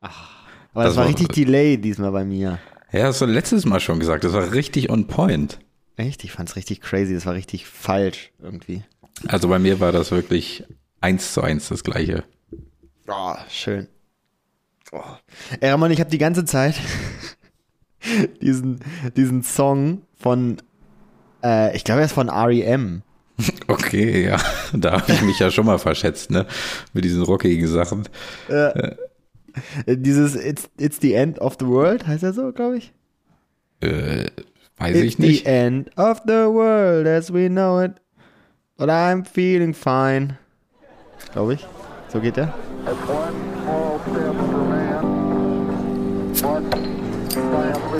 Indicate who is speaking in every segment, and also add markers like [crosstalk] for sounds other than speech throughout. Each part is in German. Speaker 1: Aber das, war äh, richtig Delay diesmal bei mir.
Speaker 2: Ja, das hast du letztes Mal schon gesagt. Das war richtig on point.
Speaker 1: Echt? Ich fand's richtig crazy. Das war richtig falsch irgendwie.
Speaker 2: Also bei mir war das wirklich eins zu eins das gleiche.
Speaker 1: Oh, schön. Oh. Ey, Ramon, ich habe die ganze Zeit [laughs] diesen, diesen Song von, äh, ich glaube, er ist von R.E.M.
Speaker 2: Okay, ja. [laughs] Da habe ich mich ja schon mal verschätzt, ne? Mit diesen rockigen Sachen.
Speaker 1: Äh, dieses It's, It's the End of the World, heißt er so, glaube ich?
Speaker 2: Äh, weiß
Speaker 1: It's
Speaker 2: ich nicht.
Speaker 1: the end of the world as we know it. But I'm feeling fine. Glaube ich. So geht der.
Speaker 3: That's one small step for man, one giant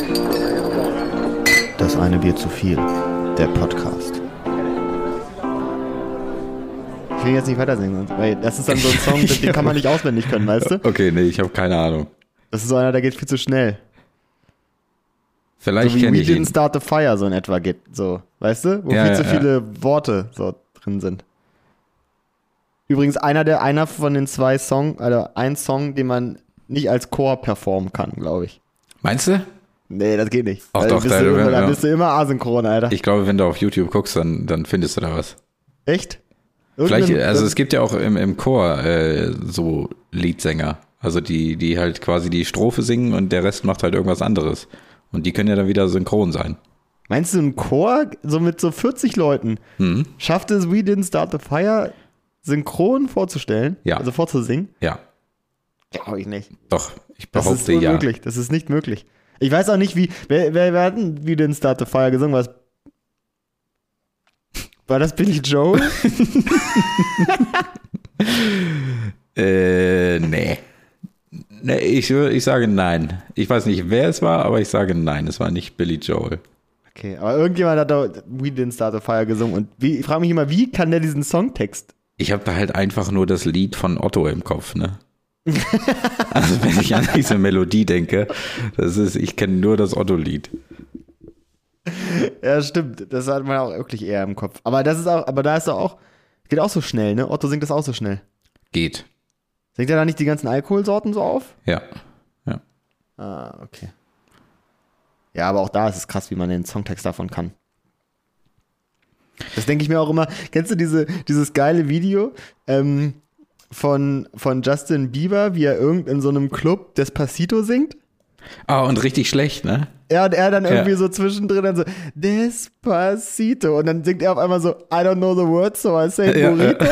Speaker 3: leap for mankind.
Speaker 1: Das eine Bier zu viel. Der Podcast. Ich will jetzt nicht weiter singen, sonst- weil das ist dann so ein Song, den den kann [laughs] man nicht auswendig können, weißt du?
Speaker 2: Okay, nee, ich habe keine Ahnung.
Speaker 1: Das ist so einer, der geht viel zu schnell. So
Speaker 2: Vielleicht
Speaker 1: wie We
Speaker 2: kenne ich
Speaker 1: Didn't
Speaker 2: ihn.
Speaker 1: Start the Fire so in etwa geht, so, weißt du? Wo
Speaker 2: Ja,
Speaker 1: viel
Speaker 2: ja,
Speaker 1: zu
Speaker 2: ja.
Speaker 1: viele Worte so drin sind. Übrigens einer der einer von den zwei Song, also ein Song, den man nicht als Chor performen kann, glaube ich.
Speaker 2: Meinst du?
Speaker 1: Nee, das geht nicht.
Speaker 2: Ach
Speaker 1: Weil
Speaker 2: doch,
Speaker 1: bist
Speaker 2: da-
Speaker 1: du immer,
Speaker 2: ja.
Speaker 1: da bist du immer asynchron, Alter.
Speaker 2: Ich glaube, wenn du auf YouTube guckst, dann, dann findest du da was.
Speaker 1: Echt?
Speaker 2: Vielleicht,
Speaker 1: Irgendein-
Speaker 2: also es gibt ja auch im, im Chor äh, so Liedsänger. Also die, die halt quasi die Strophe singen und der Rest macht halt irgendwas anderes. Und die können ja dann wieder synchron sein.
Speaker 1: meinst du ein Chor so mit so 40 Leuten
Speaker 2: Mhm.
Speaker 1: schafft es We Didn't Start the Fire synchron vorzustellen?
Speaker 2: Ja.
Speaker 1: Also vorzusingen?
Speaker 2: Ja,
Speaker 1: Glaube ich nicht.
Speaker 2: doch. Ich
Speaker 1: Das ist
Speaker 2: behaupte ja.
Speaker 1: unmöglich. Das ist nicht möglich. Ich weiß auch nicht, wie. Wer, wer, wer hat denn wie den Start the Fire gesungen? Was? War das Billy Joe?
Speaker 2: [laughs] Äh, nee. Nee, ich, wür- ich sage nein. Ich weiß nicht, wer es war, aber ich sage nein. Es war nicht Billy Joel.
Speaker 1: Okay, aber irgendjemand hat da We Didn't Start the Fire gesungen. Und wie, ich frage mich immer, wie kann der diesen Songtext?
Speaker 2: Ich habe da halt einfach nur das Lied von Otto im
Speaker 1: [laughs]
Speaker 2: Kopf, ne? also wenn ich an diese Melodie denke, das ist, ich kenne nur das Otto-Lied.
Speaker 1: Ja, stimmt. Das hat man auch wirklich eher im Kopf. Aber das ist auch, aber da ist doch auch, geht auch so schnell, ne? Otto singt das auch so schnell.
Speaker 2: Geht.
Speaker 1: Singt er da nicht die ganzen Alkoholsorten so auf?
Speaker 2: Ja. ja.
Speaker 1: Ah, okay. Ja, aber auch da ist es krass, wie man den Songtext davon kann. Das denke ich mir auch immer. Kennst du diese, dieses geile Video ähm, von, von Justin Bieber, wie er irgend in so einem Club Despacito singt?
Speaker 2: Ah, und richtig schlecht, ne?
Speaker 1: Ja, und er dann irgendwie
Speaker 2: Ja.
Speaker 1: so zwischendrin dann so Despacito und dann singt er auf einmal so I don't know the words, so I say
Speaker 2: Ja,
Speaker 1: burrito.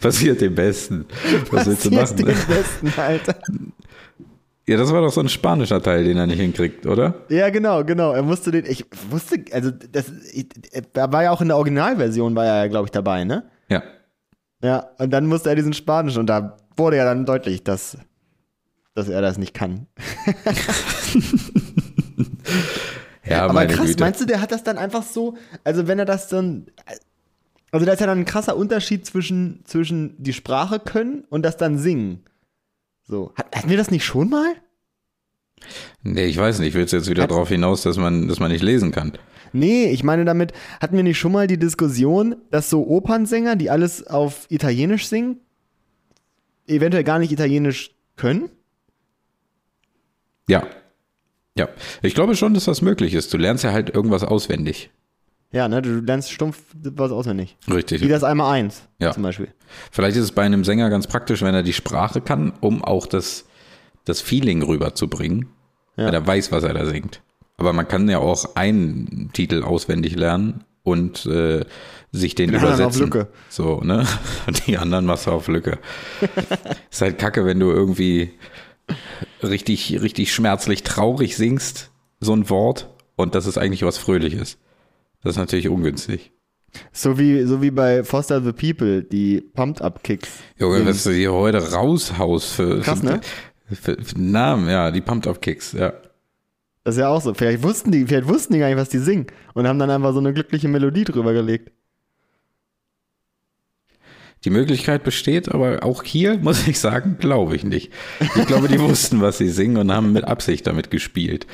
Speaker 2: Passiert dem Besten. Was willst du
Speaker 1: Passiert
Speaker 2: machen?
Speaker 1: den
Speaker 2: Ne?
Speaker 1: Besten, Alter.
Speaker 2: Ja, das war doch so ein spanischer Teil, den er nicht hinkriegt, oder?
Speaker 1: Ja, genau, genau. Er musste den. Ich wusste, also das. Ich, er war ja auch in der Originalversion, war er ja, glaube ich, dabei, ne?
Speaker 2: Ja.
Speaker 1: Ja. Und dann musste er diesen Spanisch und da wurde ja dann deutlich, dass, dass er das nicht kann.
Speaker 2: Ja,
Speaker 1: Aber
Speaker 2: Ah, meine
Speaker 1: krass,
Speaker 2: Güte.
Speaker 1: meinst du, der hat das dann einfach so. Also wenn er das dann. Also da ist ja dann ein krasser Unterschied zwischen, zwischen die Sprache können und das dann singen. So. Hat, hatten wir das nicht schon mal?
Speaker 2: nee, ich weiß nicht. Willst du jetzt wieder
Speaker 1: Hat-
Speaker 2: drauf hinaus, dass man, dass man nicht lesen kann?
Speaker 1: Nee, ich meine damit, hatten wir nicht schon mal die Diskussion, dass so Opernsänger, die alles auf Italienisch singen, eventuell gar nicht Italienisch können?
Speaker 2: Ja. Ja. Ich glaube schon, dass das möglich ist. Du lernst ja halt irgendwas auswendig.
Speaker 1: Ja, ne, du lernst stumpf was auswendig.
Speaker 2: Richtig.
Speaker 1: Wie das einmal eins
Speaker 2: Ja.
Speaker 1: zum Beispiel.
Speaker 2: Vielleicht ist es bei einem Sänger ganz praktisch, wenn er die Sprache kann, um auch das, das Feeling rüberzubringen, wenn er weiß, was er da singt. Aber man kann ja auch einen Titel auswendig lernen und äh, sich den,
Speaker 1: Den anderen
Speaker 2: übersetzen.
Speaker 1: auf Lücke.
Speaker 2: So, ne? [laughs] Und die anderen machst du
Speaker 1: [laughs]
Speaker 2: auf Lücke. ist halt kacke, wenn du irgendwie richtig, richtig schmerzlich traurig singst, so ein Wort, und das ist eigentlich was Fröhliches. Das ist natürlich ungünstig.
Speaker 1: So wie, so wie bei Foster the People, die Pumped-Up-Kicks.
Speaker 2: Junge, was du hier heute raushaust für,
Speaker 1: Krass,
Speaker 2: für,
Speaker 1: ne?
Speaker 2: für, für den Namen, ja, die Pumped Up Kicks, ja.
Speaker 1: Das ist ja auch so. Vielleicht wussten die, vielleicht wussten die gar nicht, was die singen und haben dann einfach so eine glückliche Melodie drüber gelegt.
Speaker 2: Die Möglichkeit besteht, aber auch hier [laughs] muss ich sagen, glaube ich nicht. Ich glaube, die wussten, was sie singen und haben mit Absicht damit gespielt.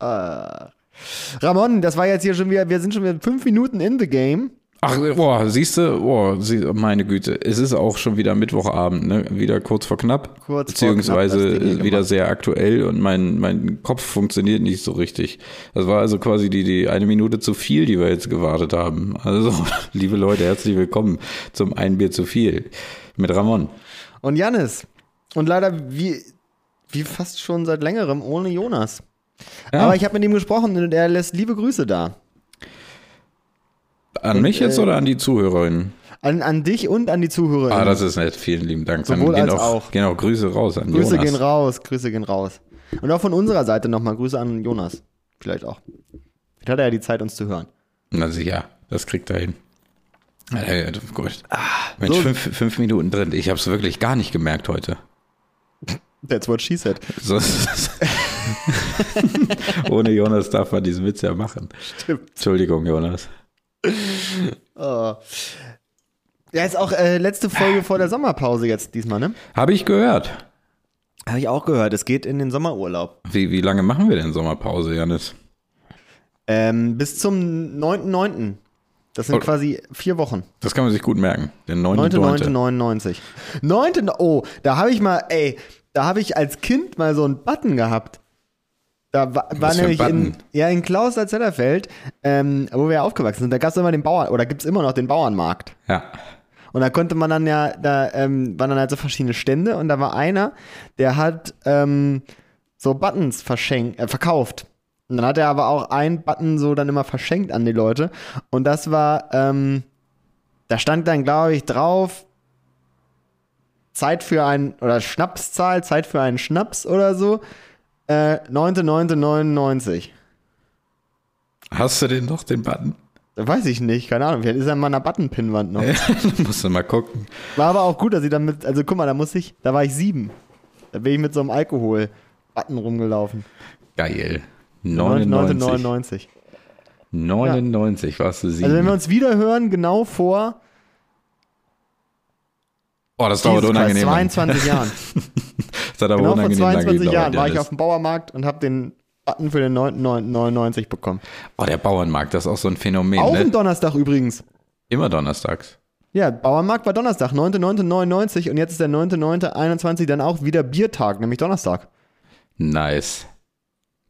Speaker 1: Ramon, das war jetzt hier schon wieder, wir sind schon wieder fünf Minuten in the game.
Speaker 2: Ach, boah, siehst du, boah, sie, meine Güte, es ist auch schon wieder Mittwochabend, ne? Wieder kurz vor knapp.
Speaker 1: Kurz vor
Speaker 2: beziehungsweise
Speaker 1: knapp, das Ding hier
Speaker 2: wieder
Speaker 1: gemacht.
Speaker 2: sehr aktuell und mein, mein Kopf funktioniert nicht so richtig. Das war also quasi die, die eine Minute zu viel, die wir jetzt gewartet haben. Also, [laughs] liebe Leute, herzlich willkommen zum Ein Bier zu viel mit Ramon.
Speaker 1: Und Jannis. Und leider wie, wie fast schon seit längerem ohne Jonas.
Speaker 2: Ja.
Speaker 1: Aber ich habe mit ihm gesprochen und er lässt liebe Grüße da.
Speaker 2: An mich
Speaker 1: äh,
Speaker 2: jetzt oder an die Zuhörerinnen?
Speaker 1: An, an dich und an die Zuhörer.
Speaker 2: Ah, das ist nett. Vielen lieben Dank.
Speaker 1: ähm, Sowohl
Speaker 2: gehen
Speaker 1: als
Speaker 2: auch,
Speaker 1: auch.
Speaker 2: Gehen auch Grüße raus an
Speaker 1: Grüße
Speaker 2: Jonas.
Speaker 1: gehen raus, Grüße gehen raus. Und auch von unserer Seite nochmal Grüße an Jonas. Vielleicht auch. Vielleicht hat er ja die Zeit, uns zu hören.
Speaker 2: Na sicher, das kriegt er hin. Ja, ja, gut. Mensch,
Speaker 1: Ah, so.
Speaker 2: fünf, fünf Minuten drin. Ich habe es wirklich gar nicht gemerkt heute.
Speaker 1: That's what she said.
Speaker 2: So, ohne Jonas darf man diesen Witz ja machen.
Speaker 1: [laughs] Stimmt.
Speaker 2: Entschuldigung, Jonas.
Speaker 1: Oh. Ja, ist auch äh, letzte Folge vor der Sommerpause jetzt diesmal, ne?
Speaker 2: Habe ich gehört.
Speaker 1: Habe ich auch gehört. Es geht in den Sommerurlaub.
Speaker 2: Wie, wie lange machen wir denn Sommerpause, Janis?
Speaker 1: Ähm, bis zum 9.9. Das sind
Speaker 2: Oh.
Speaker 1: quasi vier Wochen.
Speaker 2: Das kann man sich gut merken. Der 9.9.
Speaker 1: 9.9.99. 9. Oh, da habe ich mal, ey, da habe ich als Kind mal so einen Button gehabt. Da war, war
Speaker 2: Was für ein
Speaker 1: nämlich in,
Speaker 2: Button?
Speaker 1: ja, in Klaus Zellerfeld, ähm, wo wir ja aufgewachsen sind, da gab es immer den Bauern, oder gibt es immer noch den Bauernmarkt.
Speaker 2: Ja.
Speaker 1: Und da konnte man dann ja, da ähm, waren dann halt so verschiedene Stände und da war einer, der hat ähm, so Buttons verschenkt, äh, verkauft. Und dann hat er aber auch einen Button so dann immer verschenkt an die Leute. Und das war, ähm, da stand dann, glaube ich, drauf, Zeit für ein, oder Schnapszahl, Zeit für einen Schnaps oder so, äh, 9.9.99.
Speaker 2: Hast du den noch, den Button? [laughs]
Speaker 1: Weiß ich nicht, keine Ahnung, vielleicht ist er an meiner Button-Pinwand noch.
Speaker 2: du musst du mal gucken.
Speaker 1: War aber auch gut, dass ich damit, also guck mal, da muss ich, da war ich sieben. Da bin ich mit so einem Alkohol-Button rumgelaufen.
Speaker 2: Geil. 99.
Speaker 1: 1999.
Speaker 2: 99 warst du sieben.
Speaker 1: Also wenn wir uns wieder hören, genau vor
Speaker 2: oh, das dauert
Speaker 1: Jesus Christ,
Speaker 2: unangenehm. lang.
Speaker 1: 22
Speaker 2: [laughs]
Speaker 1: Jahren.
Speaker 2: Das hat aber
Speaker 1: genau vor
Speaker 2: unangenehm lange
Speaker 1: 22 Jahren
Speaker 2: gedauert,
Speaker 1: war ich
Speaker 2: Dennis.
Speaker 1: auf dem Bauermarkt und habe den Button für den 9.99 bekommen.
Speaker 2: Oh, der Bauernmarkt, das ist auch so ein Phänomen,
Speaker 1: Auch am
Speaker 2: ne?
Speaker 1: Donnerstag übrigens.
Speaker 2: Immer donnerstags.
Speaker 1: Ja, Bauermarkt war Donnerstag, 9.9.99 und jetzt ist der 9.9.21 dann auch wieder Biertag, nämlich Donnerstag.
Speaker 2: Nice.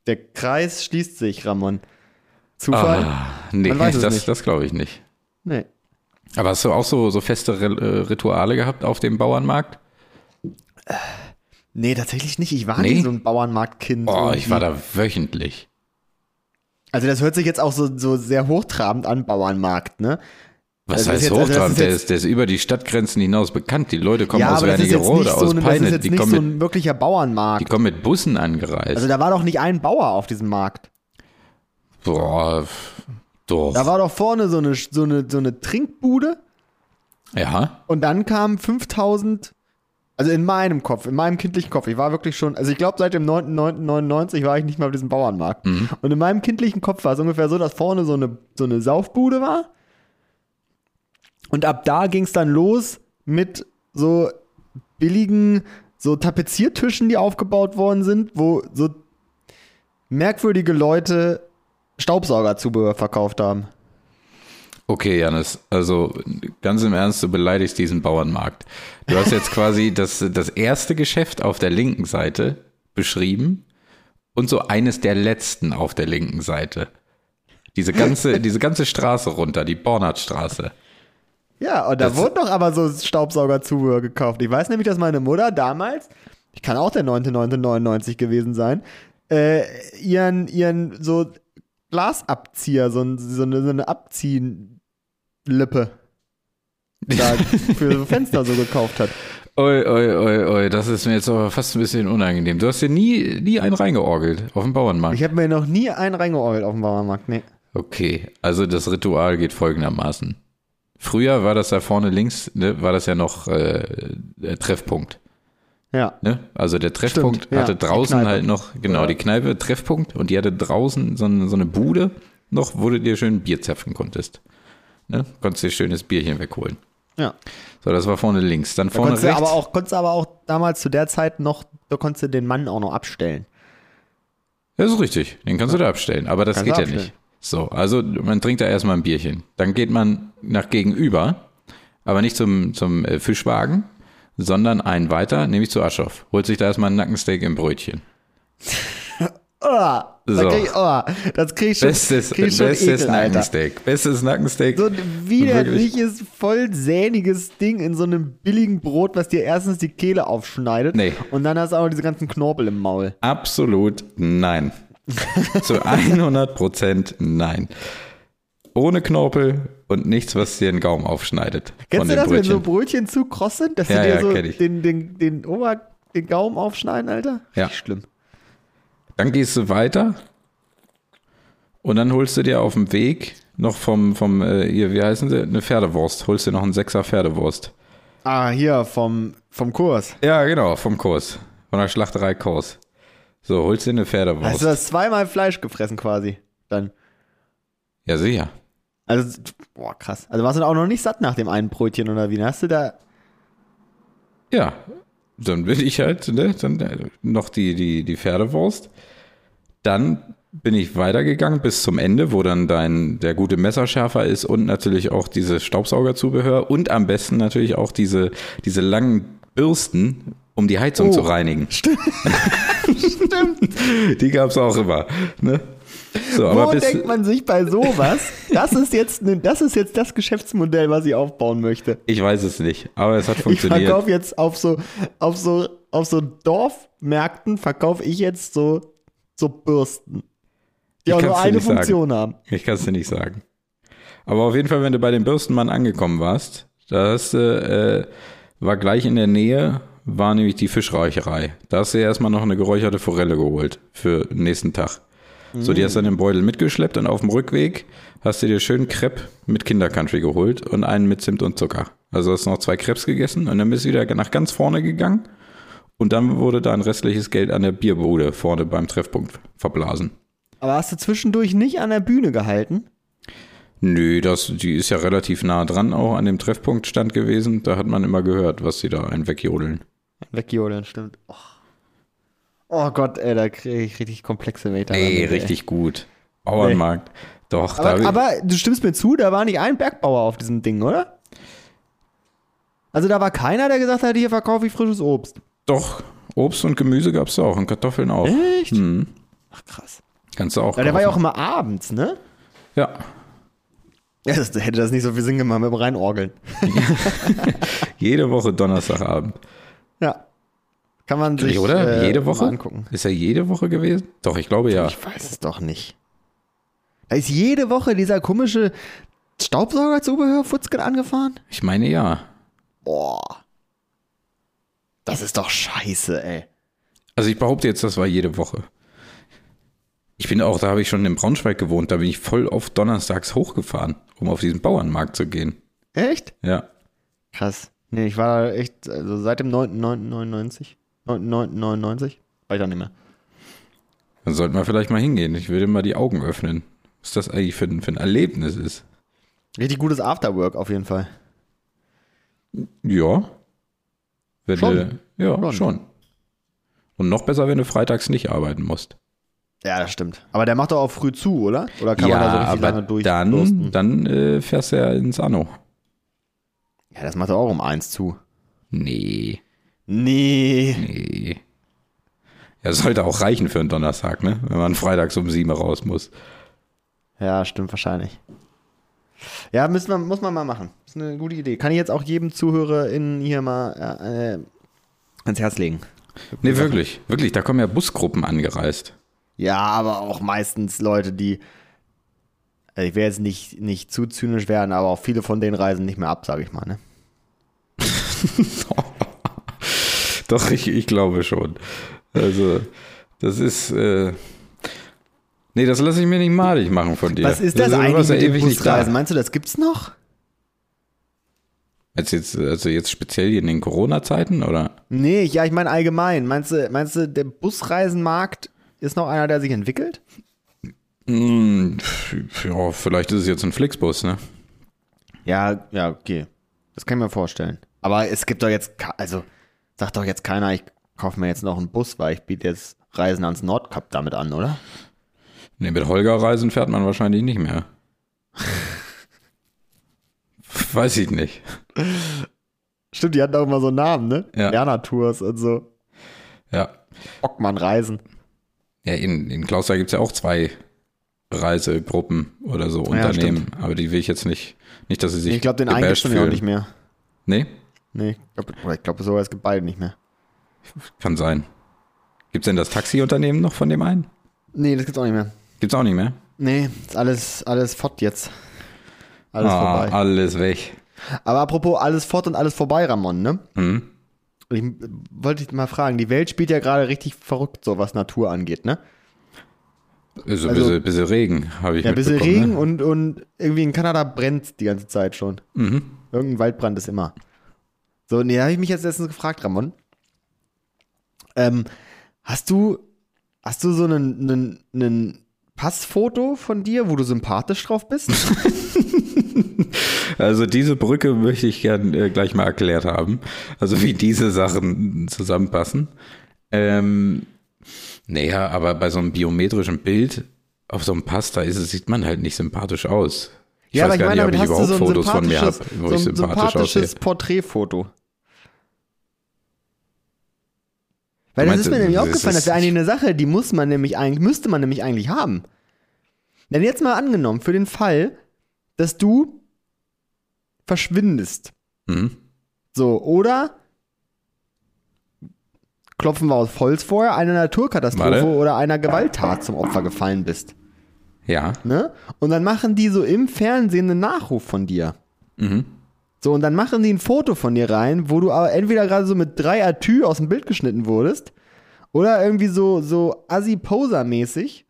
Speaker 1: Der Kreis schließt sich, Ramon. Zufall?
Speaker 2: Ah, nee,
Speaker 1: Man weiß es
Speaker 2: das,
Speaker 1: nicht.
Speaker 2: das glaube ich nicht.
Speaker 1: Nee.
Speaker 2: Aber hast du auch so, so feste Ri- äh, Rituale gehabt auf dem Bauernmarkt?
Speaker 1: Nee, tatsächlich nicht. Ich war
Speaker 2: Nee?
Speaker 1: nie so ein Bauernmarktkind.
Speaker 2: Oh,
Speaker 1: irgendwie.
Speaker 2: ich war da wöchentlich.
Speaker 1: Also das hört sich jetzt auch so, so sehr hochtrabend an, Bauernmarkt, ne?
Speaker 2: Was
Speaker 1: Das ist
Speaker 2: heißt
Speaker 1: jetzt- also das
Speaker 2: Hochtrabend?
Speaker 1: ist
Speaker 2: der,
Speaker 1: jetzt-
Speaker 2: ist, der ist über die Stadtgrenzen hinaus bekannt. Die Leute kommen
Speaker 1: ja,
Speaker 2: aus
Speaker 1: aber das ist, jetzt
Speaker 2: Wernigerode,
Speaker 1: nicht so
Speaker 2: aus
Speaker 1: ein, das ist
Speaker 2: Peine.
Speaker 1: jetzt
Speaker 2: Die
Speaker 1: nicht
Speaker 2: kommen,
Speaker 1: so
Speaker 2: mit,
Speaker 1: ein wirklicher
Speaker 2: die
Speaker 1: Bauernmarkt.
Speaker 2: kommen mit Bussen angereist.
Speaker 1: Also da war doch nicht ein Bauer auf diesem Markt.
Speaker 2: Boah, pff, doch.
Speaker 1: Da war doch vorne so eine, so eine, so eine Trinkbude
Speaker 2: ja,
Speaker 1: und dann kamen 5000, also in meinem Kopf, in meinem kindlichen Kopf. Ich war wirklich schon, also ich glaube seit dem 9.9.99 war ich nicht mehr auf diesem Bauernmarkt. Und in meinem kindlichen Kopf war es ungefähr so, dass vorne so eine, so eine Saufbude war Und ab da ging es dann los mit so billigen, so Tapeziertischen, die aufgebaut worden sind, wo so merkwürdige Leute Staubsaugerzubehör verkauft haben.
Speaker 2: okay, Janis. Also ganz im Ernst, du beleidigst diesen Bauernmarkt. Du hast jetzt [laughs] quasi das, das erste Geschäft auf der linken Seite beschrieben und so eines der letzten auf der linken Seite. Diese [laughs] ganze, diese ganze Straße runter, die Bornhardtstraße.
Speaker 1: Ja, und da
Speaker 2: Das-
Speaker 1: wurden doch aber so Staubsaugerzubehör gekauft. Ich weiß nämlich, dass meine Mutter damals, ich kann auch der 9.9.99 gewesen sein, äh, ihren, ihren so Glasabzieher, so, ein, so eine, so eine Abziehlippe
Speaker 2: [laughs]
Speaker 1: da für so Fenster so gekauft hat.
Speaker 2: Oi, oi, oi, oi, das ist mir jetzt aber fast ein bisschen unangenehm. Du hast dir nie, nie einen reingeorgelt auf dem Bauernmarkt.
Speaker 1: Ich habe mir noch nie einen reingeorgelt auf dem Bauernmarkt, nee.
Speaker 2: Okay, also das Ritual geht folgendermaßen. Früher war das da vorne links, ne, war das ja noch äh, der Treffpunkt.
Speaker 1: Ja.
Speaker 2: Ne? Also der Treffpunkt
Speaker 1: Stimmt, ja,
Speaker 2: hatte
Speaker 1: die
Speaker 2: draußen
Speaker 1: Kneipe.
Speaker 2: halt noch, genau, die Kneipe, Treffpunkt und die hatte draußen so, ein- so eine Bude noch, wo du dir schön Bier zapfen konntest. Ne? Konntest dir schönes Bierchen wegholen.
Speaker 1: Ja.
Speaker 2: So, das war vorne links. Dann vorne
Speaker 1: Konntest du
Speaker 2: rechts.
Speaker 1: aber auch, konntest aber auch damals zu der Zeit noch, da konntest du den Mann auch noch abstellen.
Speaker 2: das ist richtig, den kannst du da abstellen, aber das
Speaker 1: Kannst
Speaker 2: geht
Speaker 1: du
Speaker 2: ja
Speaker 1: abstellen.
Speaker 2: nicht. So, also man trinkt da erstmal ein Bierchen. Dann geht man nach gegenüber, aber nicht zum, zum äh, Fischwagen, sondern einen weiter, nämlich zu Aschoff. Holt sich da erstmal ein Nackensteak im Brötchen.
Speaker 1: Oh,
Speaker 2: So.
Speaker 1: krieg ich, oh, das krieg ich schon,
Speaker 2: Bestes,
Speaker 1: krieg ich schon
Speaker 2: bestes
Speaker 1: Ekel, Alter.
Speaker 2: Nackensteak. Bestes Nackensteak.
Speaker 1: So ein widerliches, voll sähniges Ding in so einem billigen Brot, was dir erstens die Kehle aufschneidet
Speaker 2: Nee.
Speaker 1: und dann hast du auch noch diese ganzen Knorpel im Maul.
Speaker 2: Absolut
Speaker 1: [laughs]
Speaker 2: nein. Zu 100 Prozent nein. Ohne Knorpel und nichts, was dir den Gaumen aufschneidet.
Speaker 1: Kennst
Speaker 2: von
Speaker 1: du
Speaker 2: dem
Speaker 1: das, wenn so
Speaker 2: Brötchen.
Speaker 1: Brötchen zu kross sind, dass
Speaker 2: Ja,
Speaker 1: sie dir
Speaker 2: ja,
Speaker 1: so
Speaker 2: kenn ich.
Speaker 1: den, den, den, Ober, den Gaumen aufschneiden, Alter?
Speaker 2: Ja.
Speaker 1: Richtig Schlimm.
Speaker 2: Dann gehst du weiter und dann holst du dir auf dem Weg noch vom, vom äh, hier, wie heißen sie? Eine Pferdewurst. Holst dir noch einen Sechser Pferdewurst.
Speaker 1: Ah, hier vom, vom Kurs.
Speaker 2: Ja, genau, vom Kurs. Von der Schlachterei Kurs. So, holst dir eine Pferdewurst.
Speaker 1: Hast du das zweimal Fleisch gefressen quasi? Dann.
Speaker 2: ja, sicher.
Speaker 1: Also, boah, krass. Also warst du da auch noch nicht satt nach dem einen Brötchen oder wie? Hast du da.
Speaker 2: Ja, dann bin ich halt, ne, dann äh, noch die, die, die Pferdewurst. Dann bin ich weitergegangen bis zum Ende, wo dann dein, der gute Messerschärfer ist und natürlich auch dieses Staubsaugerzubehör und am besten natürlich auch diese, diese langen Bürsten, um die Heizung
Speaker 1: Oh.
Speaker 2: zu reinigen. Stimmt. Die gab's auch immer. Ne? So, aber
Speaker 1: Wo
Speaker 2: bis,
Speaker 1: denkt man sich bei sowas? Das ist jetzt, ne, das ist jetzt das Geschäftsmodell, was ich aufbauen möchte.
Speaker 2: ich weiß es nicht, aber es hat
Speaker 1: Ich
Speaker 2: funktioniert.
Speaker 1: verkaufe jetzt auf so, auf so, auf so Dorfmärkten verkaufe ich jetzt so, so Bürsten. Die
Speaker 2: Ich
Speaker 1: auch nur
Speaker 2: kann's dir
Speaker 1: eine
Speaker 2: nicht sagen.
Speaker 1: Funktion haben.
Speaker 2: Ich kann es dir nicht sagen. Aber auf jeden Fall, wenn du bei dem Bürstenmann angekommen warst, da hast du, äh, war gleich in der Nähe, war nämlich die Fischräucherei. Da hast du ja erstmal noch eine geräucherte Forelle geholt für den nächsten Tag. So, die hast du dann im Beutel mitgeschleppt und auf dem Rückweg hast du dir schön Crepe mit Kindercountry geholt und einen mit Zimt und Zucker. Also hast du noch zwei Crepes gegessen und dann bist du wieder nach ganz vorne gegangen und dann wurde dein restliches Geld an der Bierbude vorne beim Treffpunkt verblasen.
Speaker 1: Aber hast du zwischendurch nicht an der Bühne gehalten?
Speaker 2: Nö, das, die ist ja relativ nah dran auch an dem Treffpunktstand gewesen. Da hat man immer gehört, was sie da einen wegjodeln.
Speaker 1: Wegjodeln, stimmt. Oh. oh Gott, ey, da kriege ich richtig komplexe Meter.
Speaker 2: Ey,
Speaker 1: damit,
Speaker 2: richtig gut. Bauernmarkt. Doch,
Speaker 1: Aber,
Speaker 2: da
Speaker 1: aber du stimmst mir zu, da war nicht ein Bergbauer auf diesem Ding, oder? Also da war keiner, der gesagt hat, hier verkaufe ich frisches Obst.
Speaker 2: doch, Obst und Gemüse gab's da auch und Kartoffeln auch.
Speaker 1: Echt?
Speaker 2: Hm,
Speaker 1: Ach krass.
Speaker 2: kannst du auch.
Speaker 1: Ja, der war ja auch
Speaker 2: kaufen.
Speaker 1: immer abends, ne?
Speaker 2: ja,
Speaker 1: Ja, [laughs] das, hätte das nicht so viel Sinn gemacht mit dem Reinorgeln.
Speaker 2: jede Woche Donnerstagabend.
Speaker 1: Ja. Kann man sich
Speaker 2: Oder?
Speaker 1: äh,
Speaker 2: jede Woche?
Speaker 1: mal angucken.
Speaker 2: Ist er jede Woche gewesen? Doch, ich glaube ja.
Speaker 1: Ich weiß es doch nicht. Da ist jede Woche dieser komische Staubsaugerzubehör-Futzken angefahren?
Speaker 2: Ich meine ja.
Speaker 1: Boah. Das ist doch scheiße, ey.
Speaker 2: Also ich behaupte jetzt, das war jede Woche. Ich bin auch, da habe ich schon in Braunschweig gewohnt, da bin ich voll oft donnerstags hochgefahren, um auf diesen Bauernmarkt zu gehen.
Speaker 1: Echt?
Speaker 2: Ja.
Speaker 1: Krass. Nee, ich war da echt, also seit dem 9.9.99. 9.9.99 war ich da nicht mehr.
Speaker 2: Dann sollten wir vielleicht mal hingehen. Ich würde mal die Augen öffnen, was das eigentlich für ein, für ein Erlebnis ist.
Speaker 1: Richtig gutes Afterwork auf jeden Fall.
Speaker 2: Ja. Wenn
Speaker 1: Schon.
Speaker 2: Du, ja,
Speaker 1: Schon.
Speaker 2: schon. Und noch besser, wenn du freitags nicht arbeiten musst.
Speaker 1: Ja, das stimmt. Aber der macht doch auch früh zu, oder? Oder kann man da so richtig lange durch?
Speaker 2: dann,
Speaker 1: dursten?
Speaker 2: dann äh, fährst du ja ins Anno.
Speaker 1: Ja, das macht er auch um eins zu.
Speaker 2: Nee,
Speaker 1: Nee.
Speaker 2: nee. Ja, sollte auch reichen für einen Donnerstag, ne? Wenn man freitags um sieben raus muss.
Speaker 1: Ja, stimmt wahrscheinlich. Ja, müssen wir, muss man mal machen. Ist eine gute Idee. Kann ich jetzt auch jedem Zuhörer in hier mal äh, äh, ans Herz legen.
Speaker 2: Nee, wirklich, wirklich, da kommen ja Busgruppen angereist.
Speaker 1: Ja, aber auch meistens Leute, die. Also ich will jetzt nicht, nicht zu zynisch werden, aber auch viele von denen reisen nicht mehr ab, sage ich mal. Ne?
Speaker 2: Doch, ich, ich glaube schon. Also, das ist. Äh, nee, das lasse ich mir nicht malig machen von dir.
Speaker 1: Was ist das,
Speaker 2: du
Speaker 1: eigentlich
Speaker 2: warst ja
Speaker 1: mit den
Speaker 2: ewig nicht da.
Speaker 1: Busreisen? Meinst du, das gibt's noch?
Speaker 2: Als jetzt, also jetzt speziell hier in den Corona-Zeiten, oder?
Speaker 1: Nee, ich, ja, ich meine allgemein. Meinst du, meinst du, der Busreisenmarkt ist noch einer, der sich entwickelt?
Speaker 2: Hm, pf- ja, vielleicht ist es jetzt ein Flixbus, ne?
Speaker 1: Ja, ja, okay. Das kann ich mir vorstellen. Aber es gibt doch jetzt, ka- also sagt doch jetzt keiner, ich kaufe mir jetzt noch einen Bus, weil ich biete jetzt Reisen ans Nordkap damit an, oder?
Speaker 2: Nee, mit Holger Reisen fährt man wahrscheinlich nicht mehr. [laughs] Weiß ich nicht.
Speaker 1: Stimmt, die hatten auch immer so Namen, ne?
Speaker 2: Ja.
Speaker 1: Lerner Tours und so.
Speaker 2: Ja.
Speaker 1: Bockmann Reisen.
Speaker 2: Ja, in, in Klausthal gibt es ja auch zwei Reisegruppen oder so,
Speaker 1: Ja,
Speaker 2: Unternehmen. Aber die will ich jetzt nicht, nicht, dass sie sich.
Speaker 1: Ich glaube, den einen gibt's
Speaker 2: gebasht
Speaker 1: schon ja auch
Speaker 2: fühlen.
Speaker 1: nicht mehr.
Speaker 2: Nee,
Speaker 1: Nee, ich glaube oder ich glaub sogar, es gibt beide nicht mehr.
Speaker 2: kann sein. Gibt es denn das Taxiunternehmen noch von dem einen?
Speaker 1: Nee, das gibt's auch nicht mehr.
Speaker 2: Gibt's auch nicht mehr.
Speaker 1: Nee, ist alles, alles fort jetzt. Alles
Speaker 2: Ah,
Speaker 1: vorbei.
Speaker 2: Alles weg.
Speaker 1: Aber apropos alles fort und alles vorbei, Ramon, ne?
Speaker 2: Hm?
Speaker 1: Ich äh, wollte dich mal fragen, die Welt spielt ja gerade richtig verrückt, so was Natur angeht, ne?
Speaker 2: So ein
Speaker 1: Also-
Speaker 2: bisschen, bisschen Regen habe ich
Speaker 1: Ja, ein bisschen
Speaker 2: mitbekommen.
Speaker 1: Regen
Speaker 2: ne?
Speaker 1: und, und irgendwie in Kanada brennt die ganze Zeit schon.
Speaker 2: Mhm.
Speaker 1: Irgendein Waldbrand ist immer. So, nee, habe ich mich jetzt letztens gefragt, Ramon. Ähm, hast du, hast du so einen, einen, einen Passfoto von dir, wo du sympathisch drauf bist?
Speaker 2: Also diese Brücke möchte ich gern äh, gleich mal erklärt haben. Also wie diese Sachen zusammenpassen. Ähm, naja, aber bei so einem biometrischen Bild auf so einem Pass, da ist es, sieht man halt nicht sympathisch aus. Ich weiß gar nicht, ob ich überhaupt Fotos von mir habe,
Speaker 1: sympathisches-
Speaker 2: wo
Speaker 1: so
Speaker 2: ich
Speaker 1: ein
Speaker 2: sympathisch aussehe.
Speaker 1: sympathisches Porträtfoto. Weil
Speaker 2: Du
Speaker 1: das
Speaker 2: meinst,
Speaker 1: ist mir nämlich
Speaker 2: das
Speaker 1: aufgefallen,
Speaker 2: ist-
Speaker 1: das wäre eigentlich eine Sache, die muss man nämlich eigentlich, müsste man nämlich eigentlich haben. Denn jetzt mal angenommen, für den Fall, dass du verschwindest.
Speaker 2: Mhm.
Speaker 1: So, oder klopfen wir auf Holz vorher, einer Naturkatastrophe
Speaker 2: Warte.
Speaker 1: oder einer Gewalttat zum Opfer gefallen bist.
Speaker 2: Ja.
Speaker 1: Ne? Und dann machen die so im Fernsehen einen Nachruf von dir.
Speaker 2: Mhm.
Speaker 1: So, und dann machen die ein Foto von dir rein, wo du aber entweder gerade so mit drei Atü aus dem Bild geschnitten wurdest oder irgendwie so, so Assi-Poser-mäßig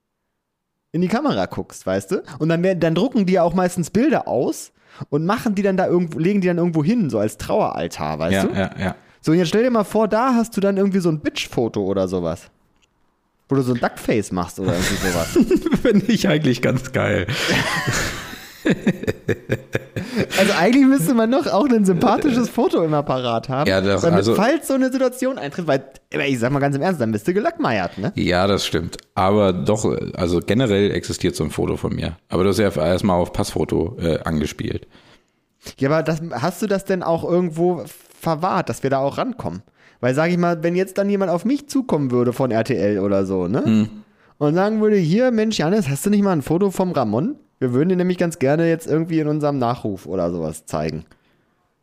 Speaker 1: in die Kamera guckst, weißt du? Und dann, werden- dann drucken die ja auch meistens Bilder aus und machen die dann da irgendwo, legen die dann irgendwo hin, so als Traueraltar, weißt
Speaker 2: Ja,
Speaker 1: du?
Speaker 2: ja, [laughs] ja.
Speaker 1: So, und jetzt stell dir mal vor, da hast du dann irgendwie so ein Bitch-Foto oder sowas. Wo du so ein Duckface machst oder irgendwie sowas.
Speaker 2: Finde ich eigentlich ganz geil.
Speaker 1: Also eigentlich müsste man noch auch ein sympathisches Foto immer parat haben.
Speaker 2: Ja, doch,
Speaker 1: damit,
Speaker 2: also-
Speaker 1: falls so eine Situation eintritt, weil, aber ich sag mal ganz im Ernst, dann bist du gelackmeiert, ne?
Speaker 2: Ja, das stimmt. Aber doch, also generell existiert so ein Foto von mir. Aber du hast ja erstmal auf Passfoto äh, angespielt.
Speaker 1: Ja, aber das, hast du das denn auch irgendwo verwahrt, dass wir da auch rankommen? Weil, sag ich mal, wenn jetzt dann jemand auf mich zukommen würde von RTL oder so, ne?
Speaker 2: Hm.
Speaker 1: Und sagen würde, hier, Mensch, Janis, hast du nicht mal ein Foto vom Ramon? Wir würden dir nämlich ganz gerne jetzt irgendwie in unserem Nachruf oder sowas zeigen.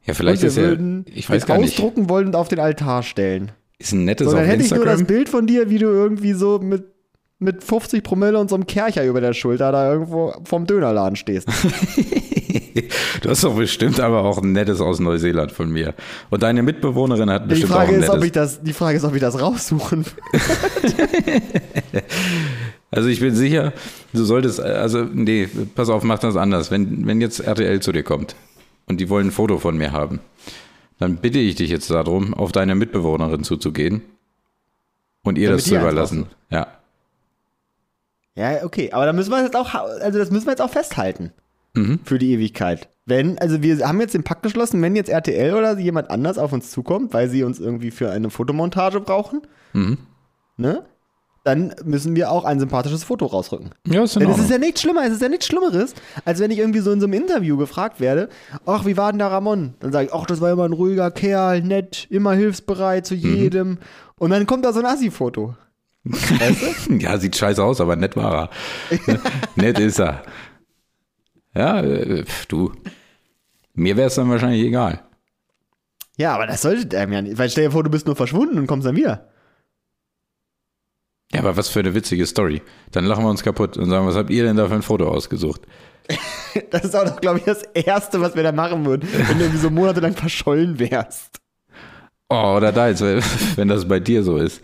Speaker 2: Ja, vielleicht
Speaker 1: und
Speaker 2: ist
Speaker 1: wir
Speaker 2: ja,
Speaker 1: würden
Speaker 2: ich weiß
Speaker 1: es
Speaker 2: gar nicht,
Speaker 1: ausdrucken wollen und auf den Altar stellen.
Speaker 2: ist ein nettes
Speaker 1: So,
Speaker 2: auf
Speaker 1: dann hätte ich nur das
Speaker 2: Instagram.
Speaker 1: Bild von dir, wie du irgendwie so mit, mit 50 Promille und so einem Kercher über der Schulter da irgendwo vom Dönerladen
Speaker 2: [laughs]
Speaker 1: stehst.
Speaker 2: Du hast doch bestimmt aber auch ein nettes aus Neuseeland von mir. Und deine Mitbewohnerin hat
Speaker 1: Die
Speaker 2: bestimmt auch
Speaker 1: Frage,
Speaker 2: ein
Speaker 1: ist, ob
Speaker 2: nettes.
Speaker 1: ich das, die Frage ist, ob ich das raussuchen will.
Speaker 2: also ich bin sicher, du solltest, also nee, pass auf, mach das anders. Wenn, wenn jetzt RTL zu dir kommt und die wollen ein Foto von mir haben, dann bitte ich dich jetzt darum, auf deine Mitbewohnerin zuzugehen und ihr
Speaker 1: Damit
Speaker 2: das zu
Speaker 1: die eins
Speaker 2: überlassen. Ja.
Speaker 1: Ja, okay, aber da müssen wir jetzt auch, ha- also das müssen wir jetzt auch festhalten.
Speaker 2: Mhm.
Speaker 1: Für die Ewigkeit. Wenn, also wir haben jetzt den Pakt geschlossen, wenn jetzt RTL oder jemand anders auf uns zukommt, weil sie uns irgendwie für eine Fotomontage brauchen,
Speaker 2: Mhm.
Speaker 1: ne? Dann müssen wir auch ein sympathisches Foto rausrücken.
Speaker 2: Ja, ist in
Speaker 1: Denn es
Speaker 2: Ordnung.
Speaker 1: ist ja nichts schlimmer, es ist ja nichts Schlimmeres, als wenn ich irgendwie so in so einem Interview gefragt werde, ach, wie war denn der Ramon? Dann sage ich, ach, das war immer ein ruhiger Kerl, nett, immer hilfsbereit zu jedem. Und dann kommt da so ein Assi-Foto.
Speaker 2: Ja, sieht scheiße aus, aber nett war
Speaker 1: [laughs]
Speaker 2: er. nett ist er. Ja, äh, pf, du. Mir wäre es dann wahrscheinlich egal.
Speaker 1: Ja, aber das sollte einem ja nicht. Weil stell dir vor, du bist nur verschwunden und kommst dann wieder.
Speaker 2: Ja, aber was für eine witzige Story. Dann lachen wir uns kaputt und sagen, was habt ihr denn da für ein Foto ausgesucht?
Speaker 1: Das ist auch, glaube ich, das Erste, was wir da machen würden, wenn du irgendwie so monatelang verschollen wärst.
Speaker 2: Oh, oder da jetzt, wenn [laughs] wenn das bei dir so ist.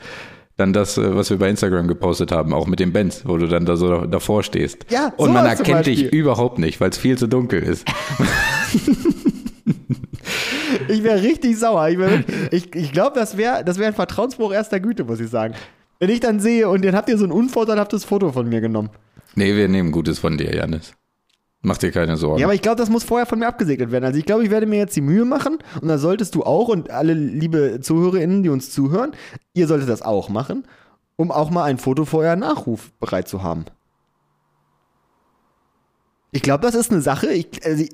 Speaker 2: Dann das, äh, was wir bei Instagram gepostet haben, auch mit den Bands, wo du dann da so da- davor stehst.
Speaker 1: Ja,
Speaker 2: und man
Speaker 1: sowas zum
Speaker 2: erkennt dich
Speaker 1: Beispiel.
Speaker 2: überhaupt nicht, weil es viel zu dunkel ist.
Speaker 1: Ich wäre richtig sauer. Ich, wär wirklich- ich, ich glaube, das wäre das wär ein Vertrauensbruch erster Güte, muss ich sagen. Wenn ich dann sehe und dann habt ihr so ein unvorteilhaftes Foto von mir genommen.
Speaker 2: Nee, wir nehmen Gutes von dir, Janis. Mach dir keine Sorgen.
Speaker 1: Ja, aber ich glaube, das muss vorher von mir abgesegnet werden. Also ich glaube, ich werde mir jetzt die Mühe machen und da solltest du auch und alle liebe ZuhörerInnen, die uns zuhören, ihr solltet das auch machen, um auch mal ein Foto vorher Nachruf bereit zu haben. Ich glaube, das ist eine Sache, ich, also ich,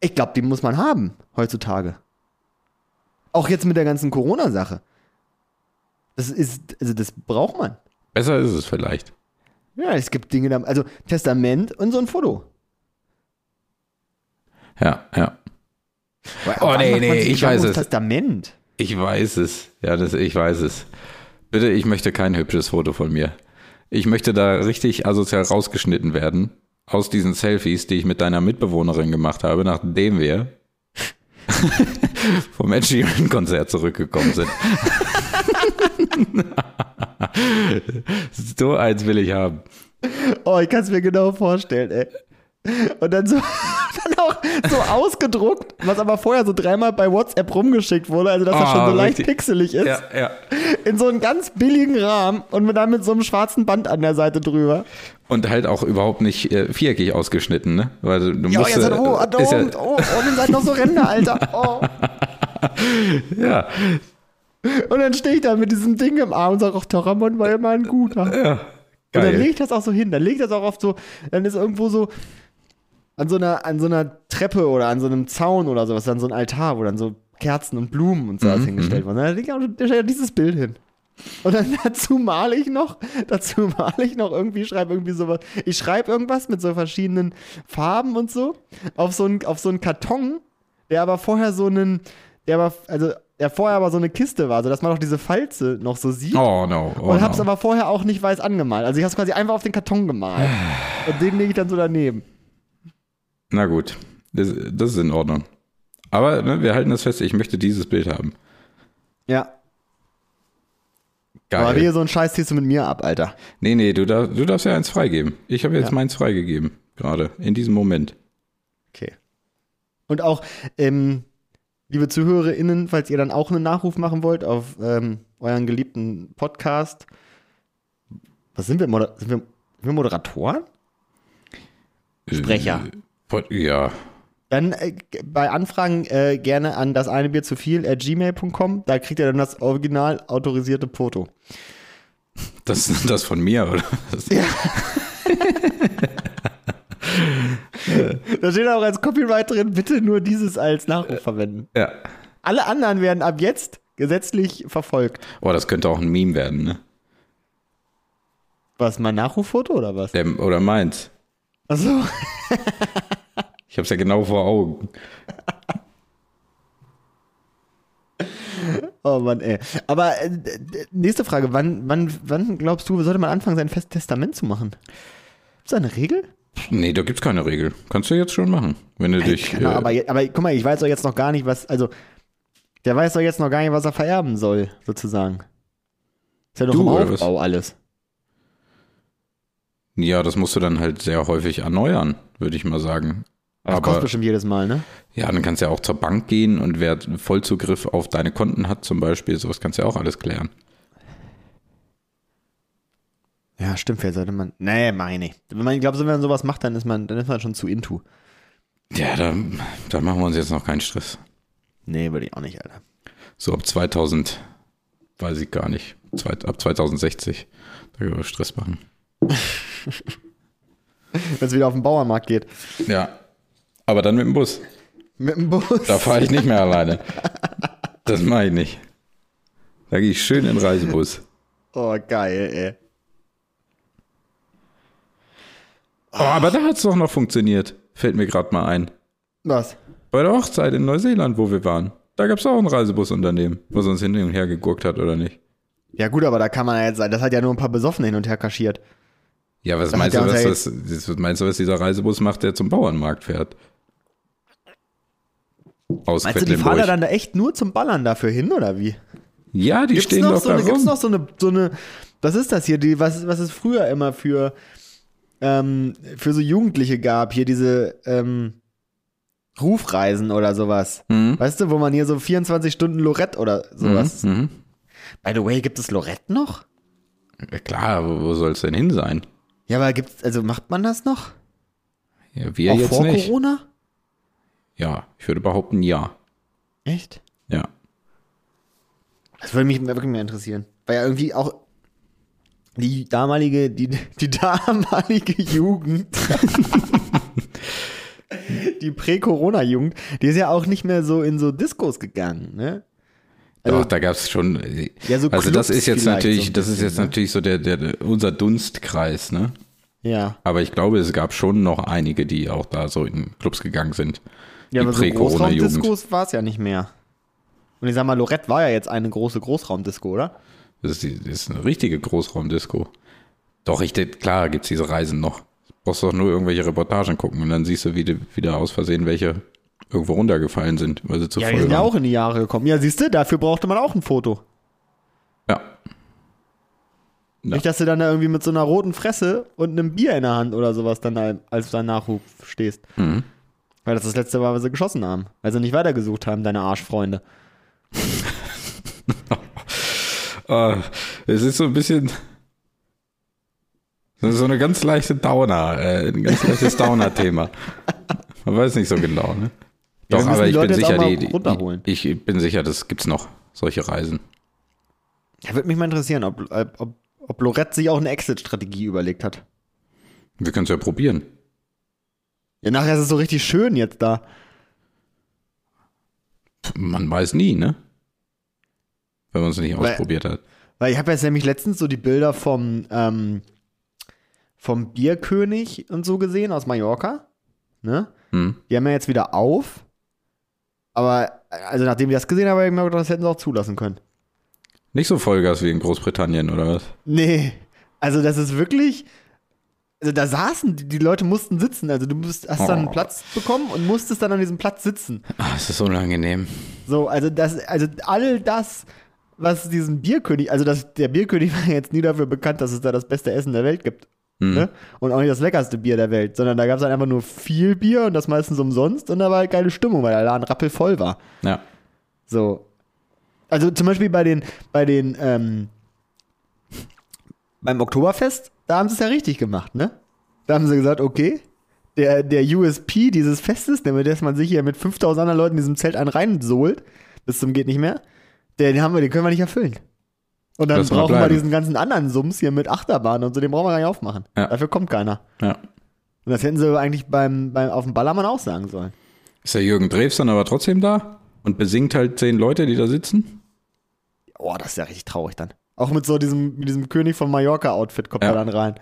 Speaker 1: ich glaube, die muss man haben heutzutage. Auch jetzt mit der ganzen Corona-Sache. Das ist, also das braucht man.
Speaker 2: Besser ist es vielleicht.
Speaker 1: Ja, es gibt Dinge, da- also Testament und so ein Foto.
Speaker 2: Ja, ja.
Speaker 1: Weil,
Speaker 2: Oh,
Speaker 1: wann
Speaker 2: nee,
Speaker 1: macht man
Speaker 2: nee,
Speaker 1: sich
Speaker 2: ich
Speaker 1: Gedanken
Speaker 2: weiß
Speaker 1: ums
Speaker 2: es.
Speaker 1: Testament.
Speaker 2: Ich weiß es. Ja, das, ich weiß es. Bitte, ich möchte kein hübsches Foto von mir. Ich möchte da richtig asozial rausgeschnitten werden aus diesen Selfies, die ich mit deiner Mitbewohnerin gemacht habe,
Speaker 1: [laughs]
Speaker 2: nachdem wir vom Ed Sheeran-Konzert zurückgekommen sind. [laughs] so eins will ich haben.
Speaker 1: Oh, ich kann es mir genau vorstellen, ey. Und dann so, [laughs] dann auch so ausgedruckt, was aber vorher so dreimal bei WhatsApp rumgeschickt wurde, also dass das
Speaker 2: Ah,
Speaker 1: schon so leicht
Speaker 2: richtig.
Speaker 1: pixelig ist.
Speaker 2: Ja, ja.
Speaker 1: In so einen ganz billigen Rahmen und dann mit so einem schwarzen Band an der Seite drüber.
Speaker 2: Und halt auch überhaupt nicht äh, viereckig ausgeschnitten, ne? Weil du, du
Speaker 1: Ja,
Speaker 2: musst
Speaker 1: jetzt hat,
Speaker 2: äh,
Speaker 1: oh,
Speaker 2: ist ja,
Speaker 1: Adorn, oh, oh, dann seid noch so Ränder, Alter. Oh.
Speaker 2: ja,
Speaker 1: Und dann stehe ich da mit diesem Ding im Arm und sage, ach, Taramon war immer ein guter.
Speaker 2: ja.
Speaker 1: Und dann
Speaker 2: Geil.
Speaker 1: lege ich das auch so hin. Dann lege ich das auch oft so, dann ist irgendwo so an so einer, an so einer Treppe oder an so einem Zaun oder sowas, dann so ein Altar, wo dann so Kerzen und Blumen und sowas hingestellt wurden. Dann lege ich auch dann stell ich dieses Bild hin. Und dann [laughs] dazu male ich noch, dazu male ich noch irgendwie, schreibe irgendwie sowas. Ich schreibe irgendwas mit so verschiedenen Farben und so auf so einen, auf so einen Karton, der aber vorher so einen, der aber, also der vorher aber so eine Kiste war, sodass man auch diese Falze noch so sieht
Speaker 2: Oh no. Oh
Speaker 1: und hab's
Speaker 2: no.
Speaker 1: aber vorher auch nicht weiß angemalt. Also ich hab's quasi einfach auf den Karton gemalt. und den lege ich dann so daneben.
Speaker 2: Na gut, das, das ist in Ordnung. Aber ne, wir halten das fest, ich möchte dieses Bild haben.
Speaker 1: Ja. Aber
Speaker 2: Geil.
Speaker 1: hier so einen Scheiß ziehst du mit mir ab, Alter.
Speaker 2: nee, nee, du, darf, du darfst ja eins freigeben. Ich habe jetzt
Speaker 1: Ja.
Speaker 2: meins freigegeben, gerade, in diesem Moment.
Speaker 1: Okay. Und auch, ähm, liebe ZuhörerInnen, falls ihr dann auch einen Nachruf machen wollt auf ähm, euren geliebten Podcast. Was sind wir? Moder sind wir, sind wir Moderatoren? Sprecher.
Speaker 2: Äh, Pod- ja,
Speaker 1: Dann äh, g- bei Anfragen äh, gerne an das eine Bier zu viel at gmail.com. Da kriegt ihr dann das original autorisierte Foto.
Speaker 2: das, das von mir, oder? was?
Speaker 1: Da steht auch als Copyright drin, bitte nur dieses als Nachruf verwenden.
Speaker 2: ja.
Speaker 1: Alle anderen werden ab jetzt gesetzlich verfolgt.
Speaker 2: Oh, das könnte auch ein Meme werden, ne?
Speaker 1: Was, mein Nachruffoto oder was?
Speaker 2: Der, oder meins.
Speaker 1: Achso.
Speaker 2: Ich hab's ja genau vor Augen.
Speaker 1: [laughs] Oh Mann, ey. Aber äh, d- d- nächste Frage. Wann, wann, wann glaubst du, sollte man anfangen, sein festes Testament zu machen? Gibt es da eine Regel?
Speaker 2: Nee, da gibt's keine Regel. Kannst du jetzt schon machen, wenn du dich. äh,
Speaker 1: Keine Ahnung, genau, aber, je- aber guck mal, ich weiß doch jetzt noch gar nicht, was. Also, der weiß doch jetzt noch gar nicht, was er vererben soll, sozusagen. Ist ja doch
Speaker 2: Du,
Speaker 1: im
Speaker 2: oder was?
Speaker 1: Aufbau alles.
Speaker 2: ja, das musst du dann halt sehr häufig erneuern, würde ich mal sagen.
Speaker 1: Das kostet bestimmt jedes Mal, ne?
Speaker 2: Ja, dann kannst du ja auch zur Bank gehen und wer Vollzugriff auf deine Konten hat, zum Beispiel, sowas kannst du ja auch alles klären.
Speaker 1: Ja, stimmt, vielleicht sollte man. Nee, meine ich. nicht. Wenn man, ich glaube, wenn man sowas macht, dann ist man, dann ist man schon zu into.
Speaker 2: Ja, da, da machen wir uns jetzt noch keinen Stress.
Speaker 1: Nee, würde ich auch nicht, Alter.
Speaker 2: So ab 2000, weiß ich gar nicht, zweit- ab 2060, da können wir Stress machen.
Speaker 1: Wenn es wieder auf den Bauernmarkt geht.
Speaker 2: Ja, aber dann mit dem Bus.
Speaker 1: Mit dem Bus.
Speaker 2: Da fahre ich nicht mehr alleine. Das mache ich nicht. Da gehe ich schön in den Reisebus.
Speaker 1: Oh, geil,
Speaker 2: Oh, aber da hat es doch noch funktioniert, fällt mir gerade mal ein.
Speaker 1: ey. Was?
Speaker 2: Bei der Hochzeit in Neuseeland, wo wir waren, da gab es auch ein Reisebusunternehmen, was uns hin und her geguckt hat, oder nicht?
Speaker 1: Ja, gut, aber da kann man ja jetzt sagen, das hat ja nur ein paar Besoffene hin und her kaschiert.
Speaker 2: Ja, was
Speaker 1: Da
Speaker 2: meinst,
Speaker 1: hat
Speaker 2: du,
Speaker 1: der
Speaker 2: was,
Speaker 1: uns
Speaker 2: das, das- was meinst du, was dieser Reisebus macht, der zum Bauernmarkt fährt? Aus
Speaker 1: Meinst du, die fahren
Speaker 2: Quedlinburg.
Speaker 1: da dann da echt nur zum Ballern dafür hin, oder wie?
Speaker 2: ja, die stehen
Speaker 1: noch
Speaker 2: doch
Speaker 1: so
Speaker 2: da
Speaker 1: eine,
Speaker 2: rum.
Speaker 1: gibt's noch so eine, so eine, was ist das hier, die, was, was es früher immer für, ähm, für so Jugendliche gab, hier diese, ähm, Rufreisen oder sowas.
Speaker 2: Mhm.
Speaker 1: Weißt du, wo man hier so 24 Stunden Lorette oder sowas.
Speaker 2: Mhm.
Speaker 1: By the way, gibt es Lorette noch?
Speaker 2: Ja, klar, wo, wo soll es denn hin sein?
Speaker 1: Ja, aber gibt's, also macht man das noch?
Speaker 2: Ja, wir
Speaker 1: Auch
Speaker 2: jetzt
Speaker 1: vor
Speaker 2: nicht.
Speaker 1: Corona?
Speaker 2: Ja, ich würde behaupten, ja.
Speaker 1: Echt?
Speaker 2: Ja.
Speaker 1: Das würde mich wirklich mehr interessieren. Weil ja irgendwie auch [laughs] die damalige, die, die damalige Jugend [laughs] die Prä-Corona-Jugend, die ist ja auch nicht mehr so in so Discos gegangen, ne? Also-
Speaker 2: Doch, da gab es schon.
Speaker 1: Ja, so
Speaker 2: also das
Speaker 1: Clubs
Speaker 2: ist jetzt
Speaker 1: vielleicht
Speaker 2: natürlich,
Speaker 1: so ein
Speaker 2: das ist
Speaker 1: bisschen,
Speaker 2: jetzt
Speaker 1: ne?
Speaker 2: natürlich so der, der unser Dunstkreis, ne?
Speaker 1: Ja.
Speaker 2: Aber ich glaube, es gab schon noch einige, die auch da so in Clubs gegangen sind.
Speaker 1: Ja,
Speaker 2: die
Speaker 1: aber so
Speaker 2: Prä-Corona-Jugend.
Speaker 1: Großraumdiskos war es ja nicht mehr. Und ich sag mal, Lorette war ja jetzt eine große Großraumdisco, oder?
Speaker 2: das, ist, die- das ist eine richtige Großraumdisco. Doch, ich, denk, klar gibt's diese Reisen noch. Brauchst doch nur irgendwelche Reportagen gucken und dann siehst du wieder, wieder aus Versehen, welche irgendwo runtergefallen sind, weil sie zu
Speaker 1: Ja, genau.
Speaker 2: voll
Speaker 1: die sind ja
Speaker 2: waren.
Speaker 1: auch in die Jahre gekommen. Ja, siehst du, dafür brauchte man auch ein Foto.
Speaker 2: Ja. Ja.
Speaker 1: Nicht, dass du dann da irgendwie mit so einer roten Fresse und einem Bier in der Hand oder sowas dann da als dein Nachruf stehst. Weil das das letzte war, was sie geschossen haben. Weil sie nicht weitergesucht haben, deine Arschfreunde.
Speaker 2: Ah, es ist so ein bisschen das ist so eine ganz leichte Downer, äh, ein ganz
Speaker 1: [laughs]
Speaker 2: leichtes Downer-Thema. Man weiß nicht so genau, ne?
Speaker 1: Ja, wir
Speaker 2: Doch,
Speaker 1: müssen
Speaker 2: aber
Speaker 1: die
Speaker 2: ich
Speaker 1: Leute
Speaker 2: bin
Speaker 1: jetzt auch
Speaker 2: sicher,
Speaker 1: mal
Speaker 2: die, die,
Speaker 1: runterholen.
Speaker 2: ich bin sicher, das gibt's noch, solche Reisen.
Speaker 1: Ja, würde mich mal interessieren, ob, ob, ob- ob Lorette sich auch eine Exit-Strategie überlegt hat.
Speaker 2: Wir können es ja probieren.
Speaker 1: Ja, nachher ist es so richtig schön jetzt da.
Speaker 2: Man weiß nie, ne? Wenn man es nicht
Speaker 1: Weil-
Speaker 2: ausprobiert hat.
Speaker 1: Weil ich habe jetzt nämlich letztens so die Bilder vom, ähm, vom Bierkönig und so gesehen aus Mallorca. Ne?
Speaker 2: Hm?
Speaker 1: Die haben ja jetzt wieder auf. Aber, also nachdem ich das gesehen habe, habe ich mir gedacht, das hätten sie auch zulassen können.
Speaker 2: Nicht so Vollgas wie in Großbritannien, oder was?
Speaker 1: Nee, also das ist wirklich. Also da saßen, die, die Leute mussten sitzen. Also du musst, hast dann einen
Speaker 2: Oh.
Speaker 1: Platz bekommen und musstest dann an diesem Platz sitzen.
Speaker 2: Ah, es ist unangenehm.
Speaker 1: So, also das, also all das, was diesen Bierkönig, also das, der Bierkönig [laughs] war jetzt nie dafür bekannt, dass es da das beste Essen der Welt gibt. Ne? Und auch nicht das leckerste Bier der Welt, sondern da gab es halt einfach nur viel Bier und das meistens umsonst und da war halt geile Stimmung, weil der Laden rappelvoll war.
Speaker 2: Ja.
Speaker 1: So. Also zum Beispiel bei den, bei den, ähm, beim Oktoberfest, da haben sie es ja richtig gemacht, ne? Da haben sie gesagt, okay, der, der USP dieses Festes, nämlich dass man sich hier mit 5000 anderen Leuten in diesem Zelt einen reinsohlt, bis zum geht nicht mehr, der, den haben wir, den können wir nicht erfüllen. Und dann
Speaker 2: Lass mal
Speaker 1: brauchen wir
Speaker 2: bleiben.
Speaker 1: diesen ganzen anderen Sums hier mit Achterbahn und so, den brauchen wir gar nicht aufmachen.
Speaker 2: Ja.
Speaker 1: Dafür kommt keiner.
Speaker 2: Ja.
Speaker 1: Und das hätten sie eigentlich beim, beim, auf dem Ballermann auch sagen sollen.
Speaker 2: Ist der Jürgen Drews dann aber trotzdem da und besingt halt zehn Leute, die da sitzen?
Speaker 1: Oh, das ist ja richtig traurig dann. Auch mit so diesem, mit diesem König von Mallorca-Outfit kommt
Speaker 2: Ja.
Speaker 1: er dann rein.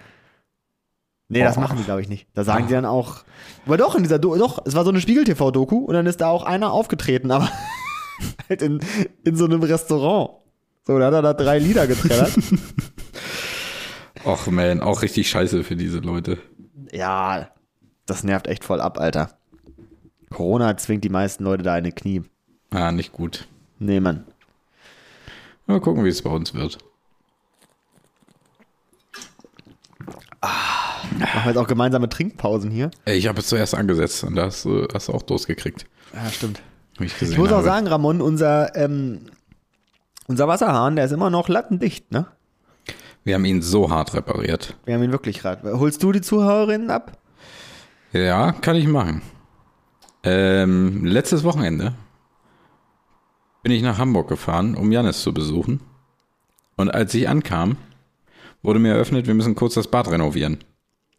Speaker 1: Nee, das
Speaker 2: Oh.
Speaker 1: machen die, glaube ich, nicht. Da sagen die dann auch. Aber doch, in dieser Do doch, es war so eine Spiegel-TV-Doku und dann ist da auch einer aufgetreten, aber [laughs] halt in, in so einem Restaurant. So, da hat er da drei Lieder [laughs] geträllert.
Speaker 2: Och man, auch richtig scheiße für diese Leute.
Speaker 1: ja, das nervt echt voll ab, Alter. Corona zwingt die meisten Leute da in die Knie.
Speaker 2: Ah, nicht gut.
Speaker 1: Nee, Mann.
Speaker 2: Mal gucken, wie es bei uns wird.
Speaker 1: Machen wir jetzt auch gemeinsame Trinkpausen hier.
Speaker 2: Ey, Ich habe es zuerst angesetzt und da hast du hast du auch durchgekriegt.
Speaker 1: Ja, stimmt.
Speaker 2: Wie ich gesehen
Speaker 1: Ich muss auch
Speaker 2: habe.
Speaker 1: sagen, Ramon, unser, ähm, unser Wasserhahn, der ist immer noch lattendicht, ne?
Speaker 2: Wir haben ihn so hart repariert.
Speaker 1: Wir haben ihn wirklich gerade. Holst du die Zuhörerinnen ab?
Speaker 2: Ja, kann ich machen. Ähm, letztes Wochenende bin ich nach Hamburg gefahren, um Jannis zu besuchen. Und als ich ankam, wurde mir eröffnet, wir müssen kurz das Bad renovieren.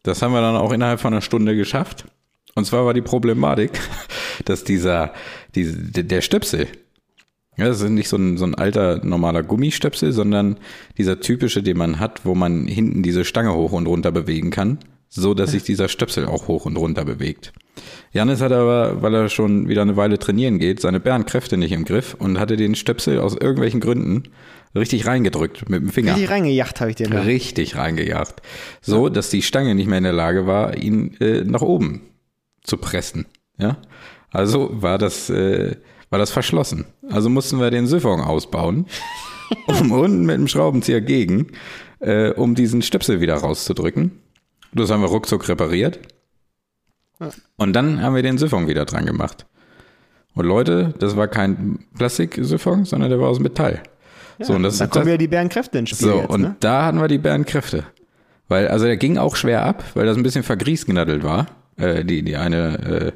Speaker 2: Das haben wir dann auch innerhalb von einer Stunde geschafft. Und zwar war die Problematik, [laughs] dass dieser, diese, der der Stöpsel, ja, das ist nicht so ein, so ein alter normaler Gummistöpsel, sondern dieser typische, den man hat, wo man hinten diese Stange hoch und runter bewegen kann, so dass sich dieser Stöpsel auch hoch und runter bewegt. Janis hat aber, weil er schon wieder eine Weile trainieren geht, seine Bärenkräfte nicht im Griff und hatte den Stöpsel aus irgendwelchen Gründen richtig reingedrückt mit dem Finger.
Speaker 1: Richtig reingejagt habe ich den. da.
Speaker 2: Richtig reingejagt. So, dass die Stange nicht mehr in der Lage war, ihn äh, nach oben zu pressen. Ja? Also war das, äh, war das verschlossen. Also mussten wir den Siphon
Speaker 1: [laughs]
Speaker 2: ausbauen, um unten mit dem Schraubenzieher gegen, äh, um diesen Stöpsel wieder rauszudrücken. Das haben wir ruckzuck repariert. Und dann haben wir den Siphon wieder dran gemacht. Und Leute, das war kein Plastik-Siphon, sondern der war aus Metall. so, und das,
Speaker 1: Da kommen ja die Bärenkräfte ins Spiel
Speaker 2: so,
Speaker 1: jetzt,
Speaker 2: und
Speaker 1: ne?
Speaker 2: da hatten wir die Bärenkräfte. Weil, also der ging auch schwer ab, weil das ein bisschen vergriesgenaddelt war. Äh, die, die eine äh,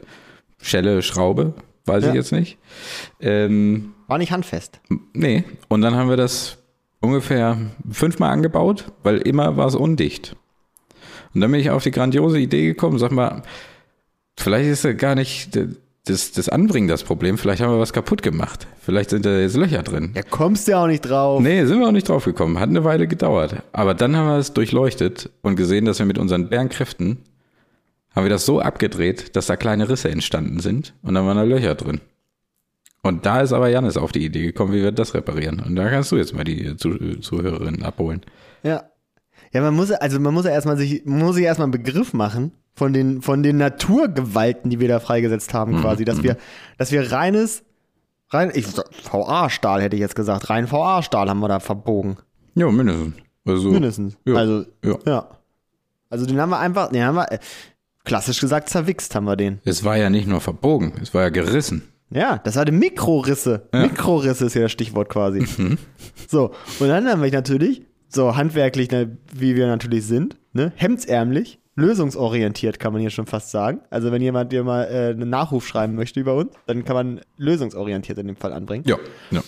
Speaker 2: Schelle, Schraube, weiß
Speaker 1: Ja.
Speaker 2: ich jetzt nicht. Ähm,
Speaker 1: War nicht handfest.
Speaker 2: nee, und dann haben wir das ungefähr fünfmal angebaut, weil immer war es undicht. Und dann bin ich auf die grandiose Idee gekommen, sag mal, Vielleicht ist ja gar nicht d- das, das Anbringen das Problem. Vielleicht haben wir was kaputt gemacht. Vielleicht sind da jetzt Löcher drin.
Speaker 1: Ja, kommst ja auch nicht drauf.
Speaker 2: Nee, sind wir auch nicht drauf gekommen. Hat eine Weile gedauert. Aber dann haben wir es durchleuchtet und gesehen, dass wir mit unseren Bärenkräften haben wir das so abgedreht, dass da kleine Risse entstanden sind und dann waren da Löcher drin. Und da ist aber Janis auf die Idee gekommen, wie wir das reparieren. Und da kannst du jetzt mal die äh, Zu Zuhörerinnen abholen.
Speaker 1: Ja. Ja, man muss, also man muss ja erstmal sich, man muss sich erstmal einen Begriff machen von den, von den Naturgewalten, die wir da freigesetzt haben,
Speaker 2: Mhm,
Speaker 1: quasi, dass wir, dass wir reines, rein, ich, VA-Stahl hätte ich jetzt gesagt, rein VA-Stahl haben wir da verbogen.
Speaker 2: Ja, mindestens. Also,
Speaker 1: Mindestens.
Speaker 2: Ja,
Speaker 1: Also,
Speaker 2: ja.
Speaker 1: ja. Also den haben wir einfach, den haben wir, äh, klassisch gesagt, zerwichst haben wir den.
Speaker 2: Es war ja nicht nur verbogen, es war ja gerissen.
Speaker 1: Ja, das hatte Mikrorisse. Mikrorisse ist ja das Stichwort quasi. So, und dann haben wir natürlich, so handwerklich, ne, wie wir natürlich sind, ne, hemdsärmlich, lösungsorientiert kann man hier schon fast sagen. Also wenn jemand dir mal äh, einen Nachruf schreiben möchte über uns, dann kann man lösungsorientiert in dem Fall anbringen.
Speaker 2: Ja, ja.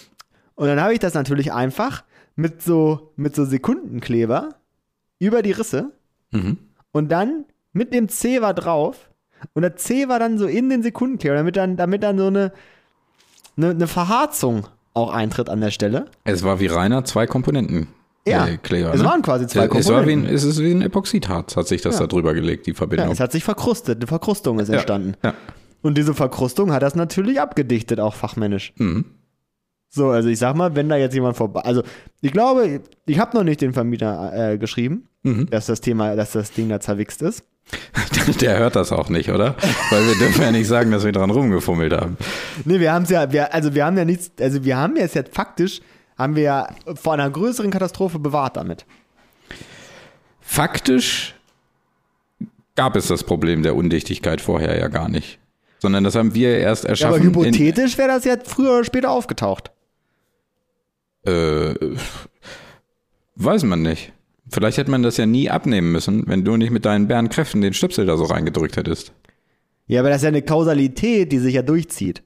Speaker 1: Und dann habe ich das natürlich einfach mit so, mit so Sekundenkleber über die Risse
Speaker 2: Mhm.
Speaker 1: und dann mit dem C war drauf und der C war dann so in den Sekundenkleber, damit dann, damit dann so eine, eine, eine Verharzung auch eintritt an der Stelle.
Speaker 2: Es war wie reiner zwei Komponenten.
Speaker 1: Ja,
Speaker 2: äh, Kleber,
Speaker 1: es
Speaker 2: ne?
Speaker 1: waren quasi zwei
Speaker 2: es, es war wie ein,
Speaker 1: Komponenten.
Speaker 2: es ist wie ein Epoxidharz, hat sich das da drüber gelegt, die
Speaker 1: Ja,
Speaker 2: Verbindung.
Speaker 1: es hat sich verkrustet, eine Verkrustung ist entstanden.
Speaker 2: Ja. [laughs]
Speaker 1: Und diese Verkrustung hat das natürlich abgedichtet, auch fachmännisch.
Speaker 2: Mhm.
Speaker 1: So, also ich sag mal, wenn da jetzt jemand vorbei. Also, ich glaube, ich habe noch nicht den Vermieter äh, geschrieben,
Speaker 2: Mhm.
Speaker 1: dass das Thema, dass das Ding da zerwichst ist.
Speaker 2: Der hört das auch nicht, oder? Weil wir dürfen ja nicht sagen, dass wir dran rumgefummelt haben.
Speaker 1: Nee, wir haben es ja, wir, also wir haben ja nichts, also wir haben jetzt, jetzt faktisch, haben wir ja vor einer größeren Katastrophe bewahrt damit.
Speaker 2: Faktisch gab es das Problem der Undichtigkeit vorher ja gar nicht. Sondern das haben wir erst
Speaker 1: Ja,
Speaker 2: erschaffen.
Speaker 1: aber
Speaker 2: in-
Speaker 1: hypothetisch wäre das ja früher oder später aufgetaucht.
Speaker 2: Äh, weiß man nicht. Vielleicht hätte man das ja nie abnehmen müssen, wenn du nicht mit deinen Bärenkräften den Stöpsel da so reingedrückt hättest.
Speaker 1: Ja, aber das ist ja eine Kausalität, die sich ja durchzieht.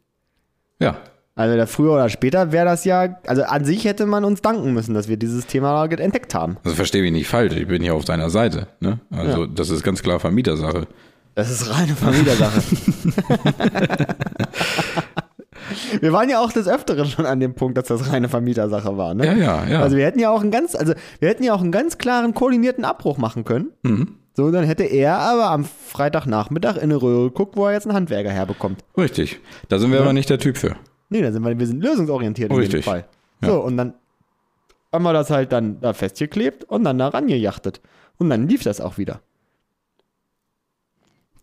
Speaker 2: Ja.
Speaker 1: Also da früher oder später wäre das ja, also an sich hätte man uns danken müssen, dass wir dieses Thema ge- entdeckt haben.
Speaker 2: Also verstehe mich nicht falsch, ich bin hier auf deiner Seite. Ne? Also das ist ganz klar Vermietersache.
Speaker 1: Das ist reine Vermietersache. [laughs] wir waren ja auch des Öfteren schon an dem Punkt, dass das reine Vermietersache war, ne?
Speaker 2: Ja, ja, ja.
Speaker 1: Also wir hätten ja auch einen ganz, also wir hätten ja auch einen ganz klaren koordinierten Abbruch machen können.
Speaker 2: Mhm.
Speaker 1: So, dann hätte er aber am Freitagnachmittag in eine Röhre geguckt, wo er jetzt einen Handwerker herbekommt.
Speaker 2: Richtig. Da sind wir aber nicht der Typ für.
Speaker 1: Nee, da sind wir, wir sind lösungsorientiert in
Speaker 2: Richtig.
Speaker 1: dem Fall.
Speaker 2: Ja.
Speaker 1: So, und dann haben wir das halt dann da festgeklebt und dann da rangejachtet. Und dann lief das auch wieder.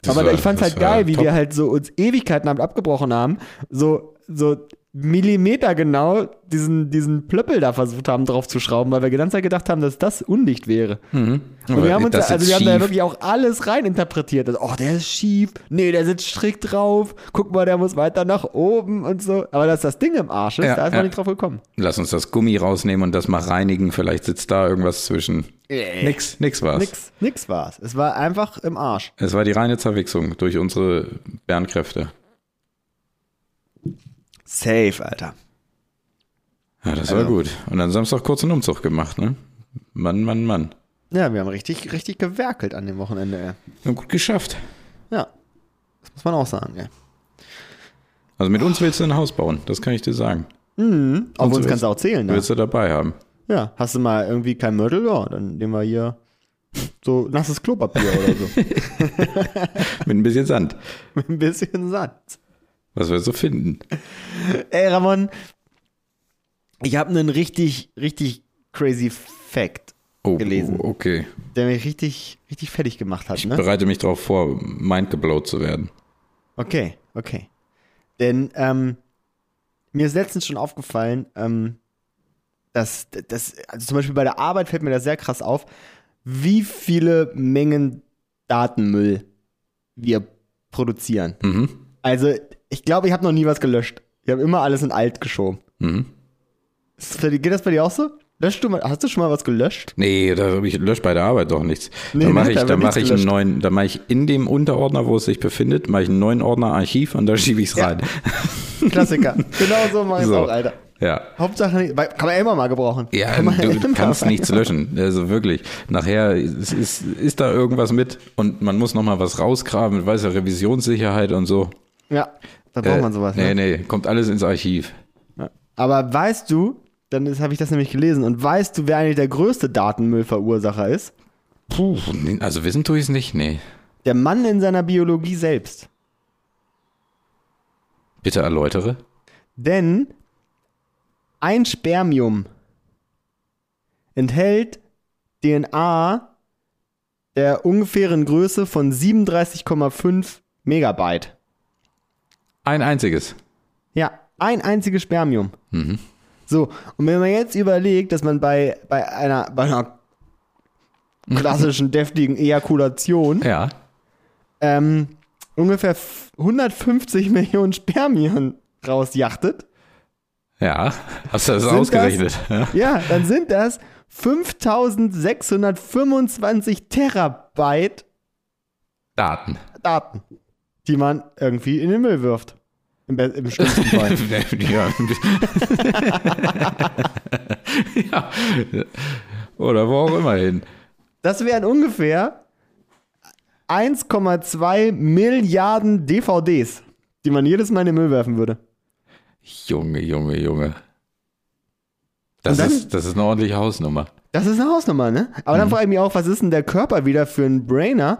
Speaker 2: Das
Speaker 1: aber
Speaker 2: war-
Speaker 1: ich fand's
Speaker 2: das
Speaker 1: halt
Speaker 2: war
Speaker 1: geil, wie
Speaker 2: top.
Speaker 1: wir halt so uns Ewigkeiten damit abgebrochen haben, so, so Millimeter genau diesen, diesen Plöppel da versucht haben draufzuschrauben, weil wir die ganze Zeit gedacht haben, dass das undicht wäre. Und
Speaker 2: Aber
Speaker 1: wir haben, uns,
Speaker 2: das
Speaker 1: also
Speaker 2: jetzt
Speaker 1: wir haben da
Speaker 2: schief.
Speaker 1: wirklich auch alles reininterpretiert. Also, oh, der ist schief. Nee, der sitzt strikt drauf. Guck mal, der muss weiter nach oben und so. Aber dass das Ding im Arsch ist,
Speaker 2: Ja,
Speaker 1: da ist
Speaker 2: ja.
Speaker 1: man nicht drauf gekommen.
Speaker 2: Lass uns das Gummi rausnehmen und das mal reinigen. Vielleicht sitzt da irgendwas zwischen. Nix, nix war's.
Speaker 1: Nix, nix war's. Es war einfach im Arsch.
Speaker 2: Es war die reine Zerwichsung durch unsere Bärenkräfte.
Speaker 1: Safe, Alter.
Speaker 2: Ja, das war
Speaker 1: Also-
Speaker 2: gut. Und dann Samstag kurz einen Umzug gemacht, ne? Mann, Mann, Mann.
Speaker 1: Ja, wir haben richtig, richtig gewerkelt an dem Wochenende, ey.
Speaker 2: Wir haben gut geschafft.
Speaker 1: Ja. Das muss man auch sagen, ey.
Speaker 2: Also mit uns willst du ein Haus bauen, das kann ich dir sagen.
Speaker 1: Auf
Speaker 2: so
Speaker 1: uns
Speaker 2: ist-
Speaker 1: kannst du auch zählen, ne?
Speaker 2: Willst du dabei haben.
Speaker 1: Ja. Hast du mal irgendwie kein Mörtel? Ja, dann nehmen wir hier so nasses Klopapier oder so.
Speaker 2: [laughs] Mit ein bisschen Sand.
Speaker 1: Mit ein bisschen Sand.
Speaker 2: Was wir so finden.
Speaker 1: Ey, Ramon, ich habe einen richtig, richtig crazy Fact
Speaker 2: Oh,
Speaker 1: gelesen,
Speaker 2: oh, okay.
Speaker 1: der mich richtig, richtig fertig gemacht hat. Ne?
Speaker 2: Bereite mich darauf vor, mindgeblowt zu werden.
Speaker 1: Okay, okay. Denn ähm, mir ist letztens schon aufgefallen, ähm, dass, dass also zum Beispiel bei der Arbeit fällt mir das sehr krass auf, wie viele Mengen Datenmüll wir produzieren.
Speaker 2: Mhm.
Speaker 1: Also ich glaube, ich habe noch nie was gelöscht. Ich habe immer alles in alt geschoben.
Speaker 2: Mhm.
Speaker 1: Ist das für dich- Geht das bei dir auch so? Löscht du mal, hast du schon mal was gelöscht?
Speaker 2: Nee, da hab ich lösche bei der Arbeit doch nichts.
Speaker 1: Nee,
Speaker 2: dann
Speaker 1: ne,
Speaker 2: mache ich,
Speaker 1: da wird
Speaker 2: dann mache
Speaker 1: nichts
Speaker 2: ich einen
Speaker 1: gelöscht.
Speaker 2: neuen, dann mache ich in dem Unterordner, wo es sich befindet, mache ich einen neuen Ordner Archiv und da schiebe ich es rein. [laughs]
Speaker 1: Klassiker. genau so mache ich es
Speaker 2: So.
Speaker 1: auch, Alter.
Speaker 2: Ja.
Speaker 1: Hauptsache, nicht- weil- kann man immer mal gebrauchen.
Speaker 2: Ja,
Speaker 1: kann man
Speaker 2: du
Speaker 1: immer
Speaker 2: kannst
Speaker 1: mal-
Speaker 2: nichts löschen. Also wirklich. Nachher ist, ist, ist da irgendwas mit und man muss nochmal was rausgraben mit weißer Revisionssicherheit und so.
Speaker 1: [laughs] Ja, da braucht man sowas. ne?
Speaker 2: Nee, nee, kommt alles ins Archiv.
Speaker 1: Ja. Aber weißt du, dann habe ich das nämlich gelesen, und weißt du, wer eigentlich der größte Datenmüllverursacher ist?
Speaker 2: Puh, nee, also wissen tue ich es nicht, nee.
Speaker 1: Der Mann in seiner Biologie selbst.
Speaker 2: Bitte erläutere.
Speaker 1: Denn ein Spermium enthält DNA der ungefähren Größe von 37,5 Megabyte.
Speaker 2: Ein einziges.
Speaker 1: Ja, ein einziges Spermium. So, und wenn man jetzt überlegt, dass man bei, bei, einer, bei einer klassischen, deftigen Ejakulation
Speaker 2: Ja.
Speaker 1: ähm, ungefähr f- 150 Millionen Spermien rausjachtet,
Speaker 2: Ja. Hast du das
Speaker 1: Sind
Speaker 2: ausgerechnet? Ja.
Speaker 1: ja, dann sind das 5625 Terabyte
Speaker 2: Daten.
Speaker 1: Daten, die man irgendwie in den Müll wirft. Im, be- im schlimmsten Fall.
Speaker 2: [laughs] ja. ja. Oder wo auch immer hin.
Speaker 1: Das wären ungefähr 1,2 Milliarden DVDs, die man jedes Mal in den Müll werfen würde.
Speaker 2: Junge, Junge, Junge. Das,
Speaker 1: dann-
Speaker 2: ist, das ist eine ordentliche Hausnummer.
Speaker 1: Das ist eine Hausnummer, ne? Aber dann frage ich mich auch, was ist denn der Körper wieder für ein Brainer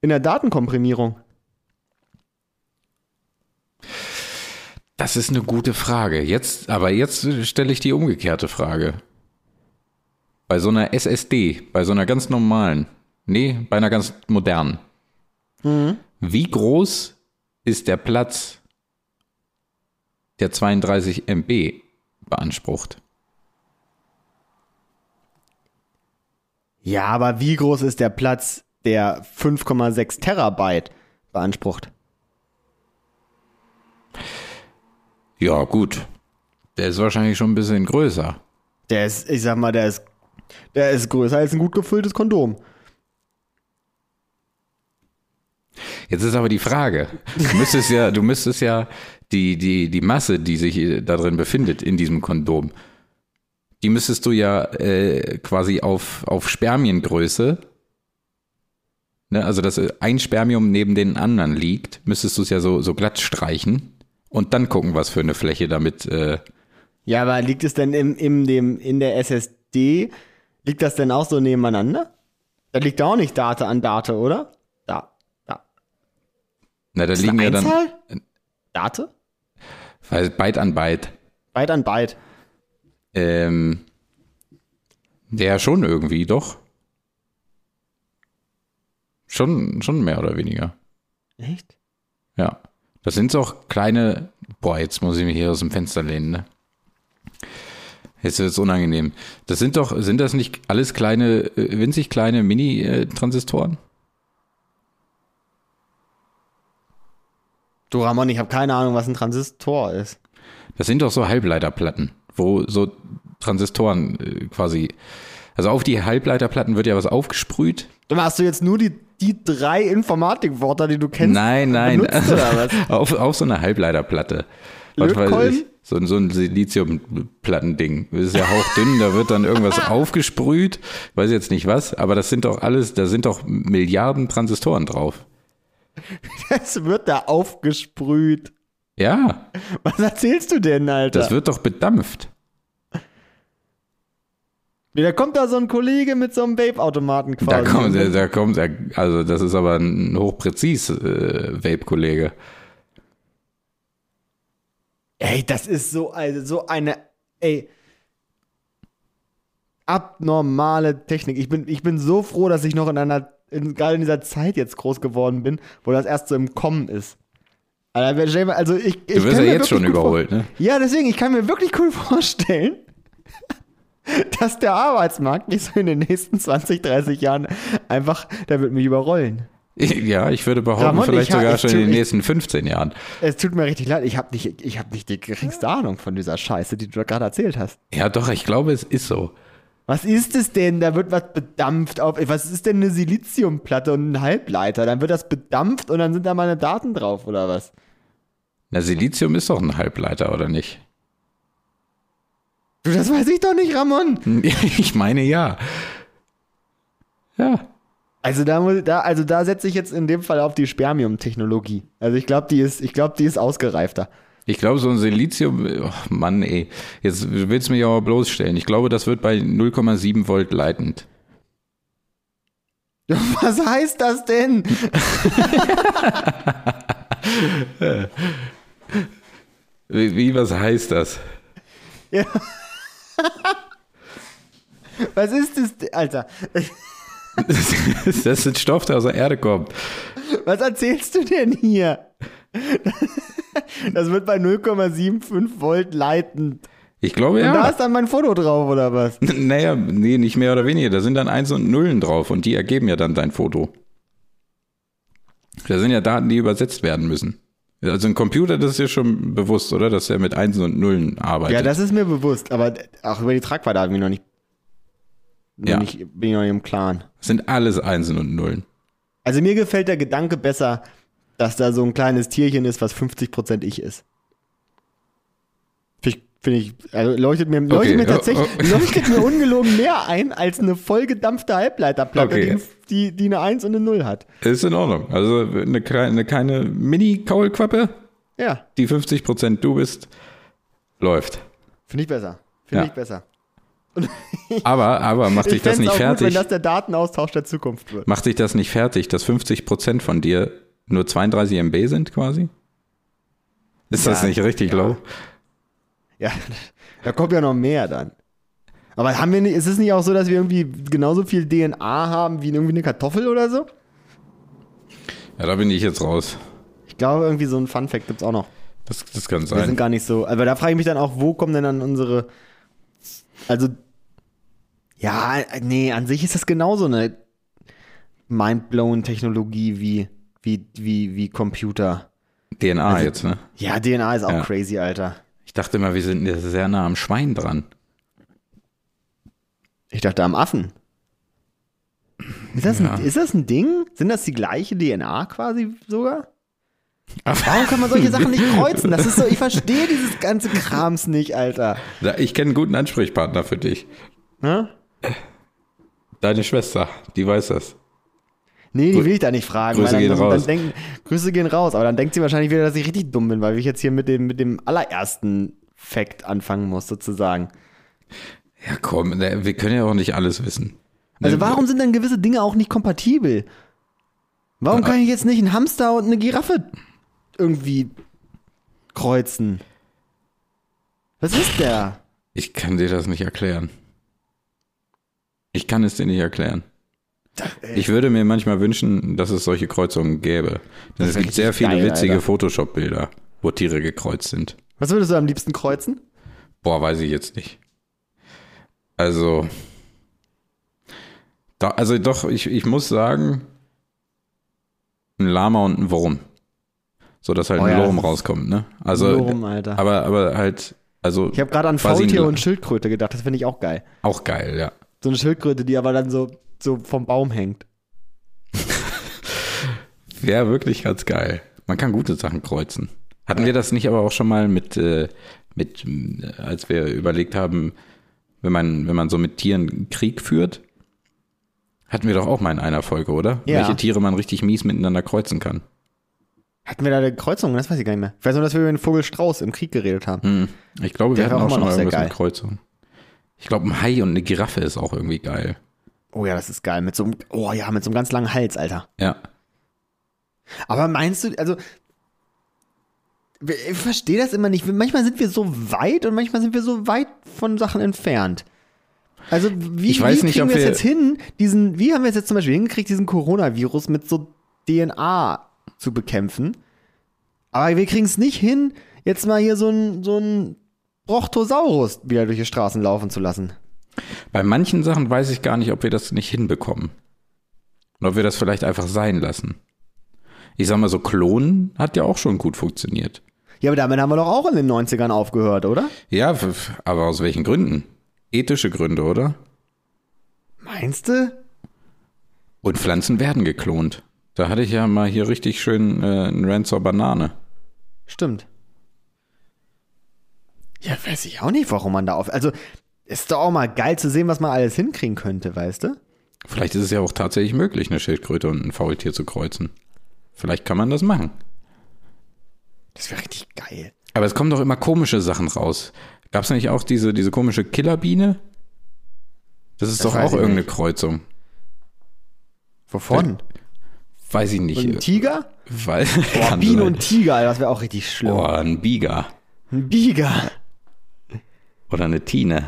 Speaker 1: in der Datenkomprimierung?
Speaker 2: Das ist eine gute Frage. Jetzt, aber jetzt stelle ich die umgekehrte Frage. Bei so einer SSD, bei so einer ganz normalen, nee, bei einer ganz modernen. Wie groß ist der Platz, der 32 MB beansprucht?
Speaker 1: Ja, aber wie groß ist der Platz, der 5,6 Terabyte beansprucht?
Speaker 2: Ja, gut. Der ist wahrscheinlich schon ein bisschen größer.
Speaker 1: Der ist, ich sag mal, der ist, der ist größer als ein gut gefülltes Kondom.
Speaker 2: Jetzt ist aber die Frage, du müsstest ja, du müsstest ja die, die, die Masse, die sich äh, da drin befindet, in diesem Kondom, die müsstest du ja äh, quasi auf, auf Spermiengröße, ne, also dass äh, ein Spermium neben den anderen liegt, müsstest du es ja so, so glatt streichen und dann gucken, was für eine Fläche damit, äh,
Speaker 1: Ja, aber liegt es denn im, in, dem, in der SSD, liegt das denn auch so nebeneinander? Da liegt da auch nicht Date an Date, oder? Da, da.
Speaker 2: na, da
Speaker 1: Ist das
Speaker 2: liegen
Speaker 1: eine
Speaker 2: ja dann,
Speaker 1: Einzahl? Date?
Speaker 2: weil Byte an Byte,
Speaker 1: Byte an Byte.
Speaker 2: ähm, der schon irgendwie, doch. Schon, schon mehr oder weniger.
Speaker 1: Echt?
Speaker 2: Ja. Das sind so auch kleine. Boah, jetzt muss ich mich hier aus dem Fenster lehnen, ne? Jetzt wird's unangenehm. Das sind doch, sind das nicht alles kleine, äh, winzig kleine Mini-Transistoren?
Speaker 1: Du Ramon, ich habe keine Ahnung, was ein Transistor ist.
Speaker 2: Das sind doch so Halbleiterplatten, wo so Transistoren äh, quasi. Also auf die Halbleiterplatten wird ja was aufgesprüht.
Speaker 1: Dann hast du jetzt nur die, die drei Informatikwörter, die du kennst.
Speaker 2: Nein, nein.
Speaker 1: benutzt
Speaker 2: [laughs]
Speaker 1: oder was?
Speaker 2: auf, auf so eine Halbleiterplatte. Was weiß
Speaker 1: Lötkolben?
Speaker 2: ich. So, ein- so ein Siliziumplattending. Das ist ja hauchdünn, da wird dann irgendwas
Speaker 1: Ah.
Speaker 2: aufgesprüht. Weiß jetzt nicht was, aber das sind doch alles, da sind doch Milliarden Transistoren drauf.
Speaker 1: Es wird da aufgesprüht.
Speaker 2: Ja,
Speaker 1: Was erzählst du denn, Alter?
Speaker 2: das wird doch bedampft.
Speaker 1: da kommt da so ein Kollege mit so einem Vape-Automaten quasi.
Speaker 2: Da kommt, er- da kommt, er- also das ist aber ein hochpräzis äh, Vape-Kollege.
Speaker 1: Ey, das ist so, also so eine, ey, abnormale Technik. Ich bin, ich bin so froh, dass ich noch in einer, in, gerade in dieser Zeit jetzt groß geworden bin, wo das erst so im Kommen ist. Alter, wer- stell dir mal- Also ich, ich
Speaker 2: Du
Speaker 1: kann
Speaker 2: wirst ja
Speaker 1: mir wirklich
Speaker 2: jetzt schon
Speaker 1: gut vor-
Speaker 2: überholt, ne?
Speaker 1: Ja, deswegen, ich kann mir wirklich cool vorstellen, [laughs] dass der Arbeitsmarkt nicht so in den nächsten 20, 30 Jahren einfach, der wird mich überrollen.
Speaker 2: Ja, ich würde behaupten,
Speaker 1: Ramon,
Speaker 2: vielleicht
Speaker 1: ich ha-
Speaker 2: sogar
Speaker 1: ich
Speaker 2: schon
Speaker 1: tu-
Speaker 2: in den
Speaker 1: ich-
Speaker 2: nächsten 15 Jahren.
Speaker 1: Es tut mir richtig leid, ich habe nicht, ich hab nicht die geringste Ahnung von dieser Scheiße, die du gerade erzählt hast.
Speaker 2: Ja, doch, ich glaube, es ist so.
Speaker 1: Was ist es denn? Da wird was bedampft auf. Was ist denn eine Siliziumplatte und ein Halbleiter? Dann wird das bedampft und dann sind da meine Daten drauf oder was?
Speaker 2: Na, Silizium ist doch ein Halbleiter, oder nicht?
Speaker 1: Du, das weiß ich doch nicht, Ramon.
Speaker 2: [laughs] Ich meine ja. Ja.
Speaker 1: Also da, muss- da, also da setze ich jetzt in dem Fall auf die Spermium-Technologie. Also ich glaube, die ist, ich glaube, die ist ausgereifter. [laughs]
Speaker 2: Ich glaube, so ein Silizium, oh Mann, ey, jetzt willst du mich aber bloßstellen. Ich glaube, das wird bei 0,7 Volt leitend.
Speaker 1: Was heißt das denn?
Speaker 2: Wie, wie was heißt das? [laughs]
Speaker 1: Was ist das, denn? Alter?
Speaker 2: Das ist ein Stoff, der aus der Erde kommt.
Speaker 1: Was erzählst du denn hier? Das wird bei 0,75 Volt leitend.
Speaker 2: Ich glaube
Speaker 1: Und da
Speaker 2: ja.
Speaker 1: ist dann mein Foto drauf, oder was?
Speaker 2: [laughs] Naja, nee, nicht mehr oder weniger. Da sind dann Eins und Nullen drauf und die ergeben ja dann dein Foto. Da sind ja Daten, die übersetzt werden müssen. Also ein Computer, das ist ja schon bewusst, oder? Dass er mit Einsen und Nullen arbeitet.
Speaker 1: Ja, das ist mir bewusst, aber auch über die Tragweite habe ich mich noch nicht, noch
Speaker 2: Ja.
Speaker 1: nicht, bin ich noch nicht im Klaren.
Speaker 2: sind alles Einsen und Nullen.
Speaker 1: Also mir gefällt der Gedanke besser, dass da so ein kleines Tierchen ist, was 50% ich ist. Finde ich, finde ich also leuchtet mir, leuchtet mir
Speaker 2: ja,
Speaker 1: tatsächlich,
Speaker 2: oh.
Speaker 1: leuchtet
Speaker 2: [laughs]
Speaker 1: mir ungelogen mehr ein, als eine vollgedampfte Halbleiterplatte,
Speaker 2: Okay.
Speaker 1: die, die, die eine 1 und eine 0 hat.
Speaker 2: Ist in Ordnung. Also eine kleine, keine Mini-Kaulquappe,
Speaker 1: Ja,
Speaker 2: die 50% du bist, läuft.
Speaker 1: finde ich besser. Finde
Speaker 2: Ja.
Speaker 1: ich besser.
Speaker 2: Aber, aber macht dich das
Speaker 1: fänd's
Speaker 2: nicht
Speaker 1: auch Gut, wenn
Speaker 2: fertig.
Speaker 1: das der Datenaustausch der Zukunft wird.
Speaker 2: Macht dich das nicht fertig, dass 50% von dir nur 32 MB sind quasi? Ist das
Speaker 1: Ja,
Speaker 2: nicht richtig
Speaker 1: ja.
Speaker 2: low?
Speaker 1: Ja, [laughs] da kommt ja noch mehr dann. Aber haben wir nicht, ist es nicht auch so, dass wir irgendwie genauso viel DNA haben wie irgendwie eine Kartoffel oder so?
Speaker 2: Ja, da bin ich jetzt raus.
Speaker 1: Ich glaube, irgendwie so ein Fun-Fact gibt es auch noch.
Speaker 2: Das, das kann
Speaker 1: Wir sind
Speaker 2: sein.
Speaker 1: gar nicht so. Aber da frage ich mich dann auch, wo kommen denn dann unsere. Also. Ja, nee, an sich ist das genauso eine mindblown Technologie wie, wie, wie, wie Computer.
Speaker 2: DNA
Speaker 1: also
Speaker 2: jetzt, ne?
Speaker 1: Ja, DNA ist auch
Speaker 2: Ja.
Speaker 1: crazy, Alter.
Speaker 2: Ich dachte immer, wir sind ja sehr nah am Schwein dran.
Speaker 1: Ich dachte am Affen. Ist das,
Speaker 2: Ja.
Speaker 1: ein, ist das ein Ding? Sind das die gleiche DNA quasi sogar?
Speaker 2: Aber-
Speaker 1: Warum kann man solche Sachen
Speaker 2: [laughs]
Speaker 1: nicht kreuzen? Das ist so, ich verstehe dieses ganze Krams nicht, Alter.
Speaker 2: Da- Ich kenne einen guten Ansprechpartner für dich.
Speaker 1: Ne?
Speaker 2: Deine Schwester, die weiß das.
Speaker 1: Nee,
Speaker 2: Grü-
Speaker 1: die will ich da nicht fragen.
Speaker 2: Grüße
Speaker 1: weil
Speaker 2: gehen
Speaker 1: dann, dann, Dann
Speaker 2: raus.
Speaker 1: denken, Grüße gehen raus. Aber dann denkt sie wahrscheinlich wieder, dass ich richtig dumm bin, weil ich jetzt hier mit dem, mit dem allerersten Fact anfangen muss, sozusagen.
Speaker 2: Ja, komm, ne, wir können ja auch nicht alles wissen.
Speaker 1: Also
Speaker 2: Ne,
Speaker 1: warum sind dann gewisse Dinge auch nicht kompatibel? Warum kann ich jetzt nicht einen Hamster und eine Giraffe irgendwie kreuzen? Was ist der?
Speaker 2: Ich kann dir das nicht erklären. Ich kann es dir nicht erklären.
Speaker 1: äh,
Speaker 2: Ich würde mir manchmal wünschen, dass es solche Kreuzungen gäbe. Denn es
Speaker 1: wär
Speaker 2: gibt sehr
Speaker 1: richtig
Speaker 2: viele
Speaker 1: geil,
Speaker 2: witzige
Speaker 1: Alter.
Speaker 2: Photoshop-Bilder, wo Tiere gekreuzt sind.
Speaker 1: Was würdest du am liebsten kreuzen?
Speaker 2: Boah, weiß ich jetzt nicht. Also, da, also doch, ich, ich muss sagen, ein Lama und ein Wurm. So, dass halt
Speaker 1: Oh
Speaker 2: ein
Speaker 1: ja,
Speaker 2: Lurm
Speaker 1: das ist-
Speaker 2: rauskommt, ne? Also,
Speaker 1: Wurm, Alter.
Speaker 2: aber, aber halt, also
Speaker 1: Ich habe gerade an
Speaker 2: quasi ein
Speaker 1: Faultier
Speaker 2: La-
Speaker 1: und Schildkröte gedacht, das finde ich auch geil.
Speaker 2: auch geil, ja.
Speaker 1: So eine Schildkröte, die aber dann so, so vom Baum hängt.
Speaker 2: Wäre wirklich ganz geil. Man kann gute Sachen kreuzen. Hatten wir das nicht aber auch schon mal mit, äh, mit mh, als wir überlegt haben, wenn man, wenn man so mit Tieren Krieg führt? Hatten wir doch auch mal in einer Folge, oder?
Speaker 1: Ja.
Speaker 2: Welche Tiere man richtig mies miteinander kreuzen kann.
Speaker 1: Hatten wir da eine Kreuzung? Das weiß ich gar nicht mehr. Ich weiß nur, dass wir über den Vogel Strauß im Krieg geredet haben.
Speaker 2: Hm. Ich glaube, wir
Speaker 1: Der war
Speaker 2: hatten
Speaker 1: auch
Speaker 2: auch schon
Speaker 1: mal noch
Speaker 2: mal
Speaker 1: sehr
Speaker 2: irgendwas mit
Speaker 1: geil.
Speaker 2: Kreuzung. Ich glaube, ein Hai und eine Giraffe ist auch irgendwie geil.
Speaker 1: Oh ja, das ist geil. Mit so einem, oh ja, mit so einem ganz langen Hals, Alter.
Speaker 2: Ja.
Speaker 1: Aber meinst du, also. Ich verstehe das immer nicht. Manchmal sind wir so weit und manchmal sind wir so weit von Sachen entfernt. Also, wie,
Speaker 2: Ich weiß
Speaker 1: wie
Speaker 2: nicht,
Speaker 1: kriegen
Speaker 2: ob
Speaker 1: wir es
Speaker 2: wir-
Speaker 1: jetzt hin, diesen, wie haben wir es jetzt zum Beispiel hingekriegt, diesen Coronavirus mit so DNA zu bekämpfen? Aber wir kriegen es nicht hin, jetzt mal hier so einen so einen Brochtosaurus wieder durch die Straßen laufen zu lassen.
Speaker 2: Bei manchen Sachen weiß ich gar nicht, ob wir das nicht hinbekommen. Und ob wir das vielleicht einfach sein lassen. Ich sag mal so, Klonen hat ja auch schon gut funktioniert.
Speaker 1: Ja, aber damit haben wir doch auch in den 90ern aufgehört, oder?
Speaker 2: Ja, f- f- aber aus welchen Gründen? Ethische Gründe, oder?
Speaker 1: Meinst du?
Speaker 2: Und Pflanzen werden geklont. Da hatte ich ja mal hier richtig schön äh, einen Rant zur Banane.
Speaker 1: Stimmt. Ja, weiß ich auch nicht, warum man da auf. Also, ist doch auch mal geil zu sehen, was man alles hinkriegen könnte, weißt du?
Speaker 2: Vielleicht ist es ja auch tatsächlich möglich, eine Schildkröte und ein Faultier zu kreuzen. Vielleicht kann man das machen.
Speaker 1: Das wäre richtig geil.
Speaker 2: Aber es kommen doch immer komische Sachen raus. Gab es nicht auch diese, diese komische Killerbiene? Das ist
Speaker 1: Das
Speaker 2: doch
Speaker 1: weiß
Speaker 2: auch
Speaker 1: ich
Speaker 2: irgendeine
Speaker 1: nicht.
Speaker 2: Kreuzung. Äh,
Speaker 1: Wovon?
Speaker 2: Weiß ich
Speaker 1: Und ein
Speaker 2: nicht.
Speaker 1: Tiger?
Speaker 2: Weil,
Speaker 1: Boah,
Speaker 2: [laughs] kann
Speaker 1: Biene
Speaker 2: sein. Oh.
Speaker 1: und Tiger, das wäre auch richtig schlimm.
Speaker 2: Boah, ein Biger.
Speaker 1: Ein Biger.
Speaker 2: Oder eine Tine.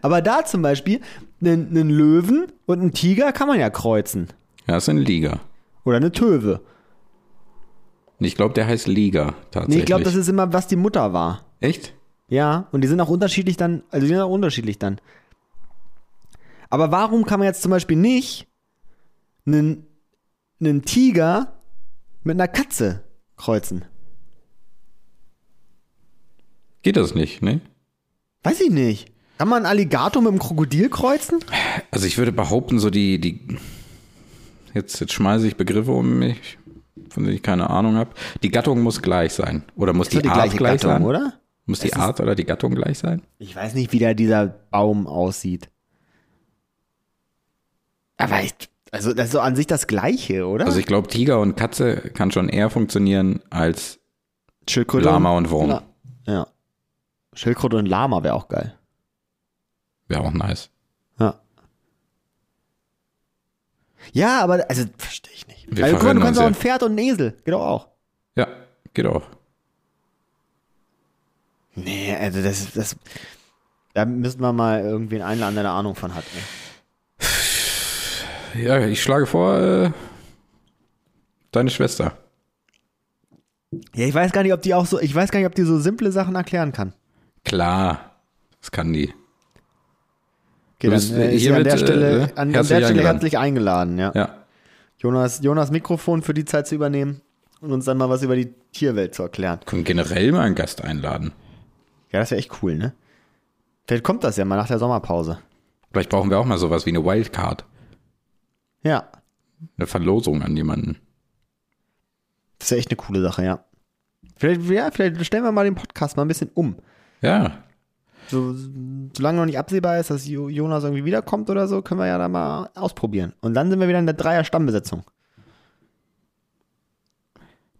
Speaker 1: Aber da zum Beispiel, einen, einen Löwen und einen Tiger kann man ja kreuzen.
Speaker 2: Ja, das ist ein Liga.
Speaker 1: Oder eine Töwe.
Speaker 2: Und ich glaube, der heißt Liga tatsächlich.
Speaker 1: Nee, ich glaube, das ist immer, was die Mutter war.
Speaker 2: Echt?
Speaker 1: Ja, und die sind auch unterschiedlich dann, also die sind auch unterschiedlich dann. Aber warum kann man jetzt zum Beispiel nicht einen, einen Tiger mit einer Katze kreuzen?
Speaker 2: Geht das nicht, ne?
Speaker 1: Weiß ich nicht. Kann man einen Alligator mit einem Krokodil kreuzen?
Speaker 2: Also ich würde behaupten, so die, die jetzt, jetzt schmeiße ich Begriffe um mich, von denen ich keine Ahnung habe. Die Gattung muss gleich sein. Oder muss
Speaker 1: Ist doch
Speaker 2: die, Art gleich sein?
Speaker 1: oder?
Speaker 2: Muss die
Speaker 1: Es ist-
Speaker 2: Art oder die Gattung gleich sein?
Speaker 1: Ich weiß nicht, wie da dieser Baum aussieht. Aber ich, also das ist so an sich das Gleiche, oder?
Speaker 2: Also ich glaube, Tiger und Katze kann schon eher funktionieren als
Speaker 1: Schildkröte.
Speaker 2: Lama und Wurm.
Speaker 1: La- ja. Schildkröte und Lama wäre auch geil.
Speaker 2: wäre auch nice.
Speaker 1: Ja. Ja, aber also verstehe ich nicht.
Speaker 2: Wir
Speaker 1: also, guck mal, du
Speaker 2: verrennen
Speaker 1: kannst
Speaker 2: uns
Speaker 1: auch
Speaker 2: ja.
Speaker 1: ein Pferd und einen Esel. Geht doch auch.
Speaker 2: Ja, geht auch.
Speaker 1: Nee, also das das da müssen wir mal irgendwen einladen, der eine Ahnung von hat. ne?
Speaker 2: Ja, ich schlage vor, äh, deine Schwester.
Speaker 1: Ja, ich weiß gar nicht, ob die auch so, ich weiß gar nicht, ob die so simple Sachen erklären kann.
Speaker 2: Klar, das kann die.
Speaker 1: Okay,
Speaker 2: Du bist,
Speaker 1: dann äh, ist sie
Speaker 2: hiermit,
Speaker 1: an der
Speaker 2: äh,
Speaker 1: Stelle,
Speaker 2: äh,
Speaker 1: an, an der
Speaker 2: herzlich
Speaker 1: Stelle
Speaker 2: eingeladen.
Speaker 1: herzlich eingeladen, ja.
Speaker 2: Ja,
Speaker 1: Jonas, Jonas Mikrofon für die Zeit zu übernehmen und uns dann mal was über die Tierwelt zu erklären.
Speaker 2: können generell mal einen Gast einladen.
Speaker 1: Ja, das wäre echt cool, ne? Vielleicht kommt das ja mal nach der Sommerpause.
Speaker 2: Vielleicht brauchen wir auch mal sowas wie eine Wildcard.
Speaker 1: Ja,
Speaker 2: Eine Verlosung an jemanden.
Speaker 1: das wäre echt eine coole Sache, ja. Vielleicht, ja. vielleicht stellen wir mal den Podcast mal ein bisschen um.
Speaker 2: Ja,
Speaker 1: So, solange noch nicht absehbar ist, dass Jo- Jonas irgendwie wiederkommt oder so, können wir ja da mal ausprobieren. Und dann sind wir wieder in der Dreier-Stammbesetzung.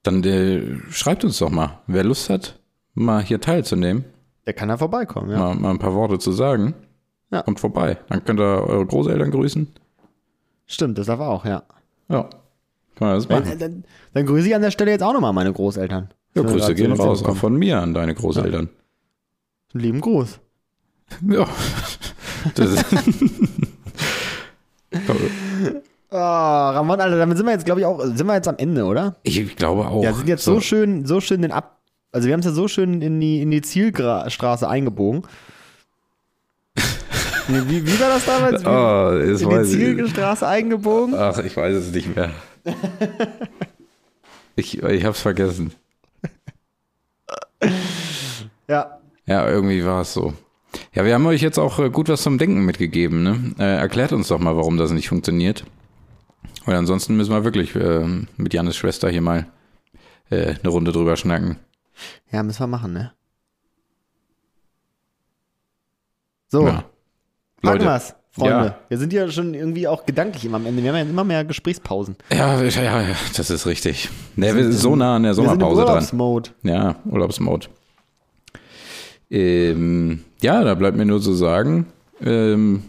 Speaker 2: dann äh, schreibt uns doch mal, wer Lust hat, mal hier teilzunehmen,
Speaker 1: Der kann ja vorbeikommen, ja.
Speaker 2: mal, mal ein paar Worte zu sagen.
Speaker 1: Ja.
Speaker 2: Kommt vorbei. Dann könnt ihr eure Großeltern grüßen.
Speaker 1: Stimmt, das darf er auch, ja.
Speaker 2: Ja, kann man das machen.
Speaker 1: Dann, dann, dann grüße ich an der Stelle jetzt auch nochmal meine Großeltern.
Speaker 2: Ja,
Speaker 1: Schön,
Speaker 2: Grüße
Speaker 1: dass
Speaker 2: gehen
Speaker 1: sie uns
Speaker 2: raus, auch
Speaker 1: bekommen.
Speaker 2: von mir an deine Großeltern.
Speaker 1: Lieben Gruß.
Speaker 2: Ja. Das
Speaker 1: Ah, Ramon, Alter, damit sind wir jetzt, glaube ich, auch, sind wir jetzt am Ende, oder?
Speaker 2: [laughs] ich glaube auch.
Speaker 1: Ja, sind jetzt so, schön, so schön den Ab. Also wir haben es ja so schön in die, in die Zielstraße
Speaker 2: [laughs]
Speaker 1: eingebogen. Nee, wie, wie war das damals? Wie,
Speaker 2: Ah, das
Speaker 1: in die
Speaker 2: weiß ich.
Speaker 1: Zielstraße eingebogen?
Speaker 2: Ach, ich weiß es nicht
Speaker 1: [laughs]
Speaker 2: mehr. ich, ich hab's vergessen.
Speaker 1: Ja.
Speaker 2: Ja, irgendwie war es so. Ja, wir haben euch jetzt auch äh, gut was zum Denken mitgegeben. Ne? Äh, erklärt uns doch mal, warum das nicht funktioniert. Weil ansonsten müssen wir wirklich ähm, mit Jannes Schwester hier mal äh, eine Runde drüber schnacken.
Speaker 1: Ja, müssen wir machen, ne? So,
Speaker 2: Ja.
Speaker 1: packen
Speaker 2: Leute.
Speaker 1: wir's, Freunde.
Speaker 2: Ja.
Speaker 1: Wir sind ja schon irgendwie auch gedanklich immer am Ende. Wir haben ja immer mehr Gesprächspausen.
Speaker 2: Ja, ja, ja, ja, das ist richtig. Ne, wir sind so nah an der
Speaker 1: Wir sind im
Speaker 2: Sommerpause dran.
Speaker 1: Urlaubsmode.
Speaker 2: Ja, Urlaubsmode. Ähm, ja, da bleibt mir nur zu sagen, ähm,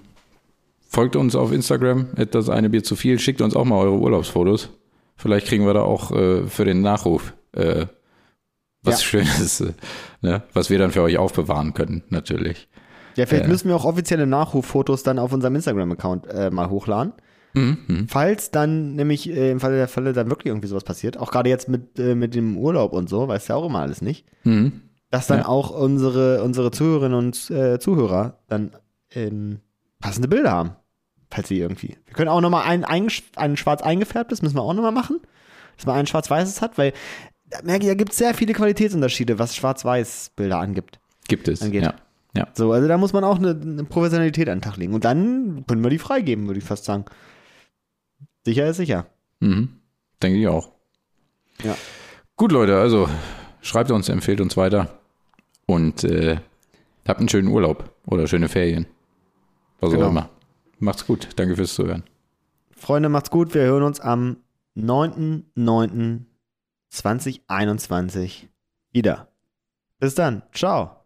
Speaker 2: folgt uns auf Instagram, das eine Bier zu viel, schickt uns auch mal eure Urlaubsfotos. Vielleicht kriegen wir da auch äh, für den Nachruf äh, was
Speaker 1: Ja.
Speaker 2: Schönes, [laughs] äh, ne? was wir dann für euch aufbewahren können, natürlich.
Speaker 1: Ja, vielleicht
Speaker 2: Äh.
Speaker 1: müssen wir auch offizielle Nachruffotos dann auf unserem Instagram-Account äh, mal hochladen. Falls dann nämlich äh, im Falle der Fälle dann wirklich irgendwie sowas passiert, auch gerade jetzt mit, äh, mit dem Urlaub und so, weiß ja auch immer alles nicht, dass dann auch unsere, unsere Zuhörerinnen und äh, Zuhörer dann ähm, passende Bilder haben, falls sie irgendwie. Wir können auch nochmal einen, einen, einen schwarz eingefärbtes, müssen wir auch nochmal machen, dass man einen schwarz-weißes hat, weil da merke ich, da gibt es sehr viele Qualitätsunterschiede, was schwarz-weiß-Bilder angibt.
Speaker 2: Gibt es.
Speaker 1: Angeht.
Speaker 2: Ja. ja.
Speaker 1: So, also da muss man auch eine, eine Professionalität an den Tag legen. Und dann können wir die freigeben, würde ich fast sagen. Sicher ist sicher.
Speaker 2: Mhm. Denke ich auch.
Speaker 1: Ja.
Speaker 2: Gut, Leute, also schreibt uns, empfehlt uns weiter. Und äh, habt einen schönen Urlaub oder schöne Ferien. Was
Speaker 1: Genau.
Speaker 2: auch immer. Macht's gut. Danke fürs Zuhören.
Speaker 1: Freunde, macht's gut. Wir hören uns am 9.9.2021 wieder. Bis dann. Ciao.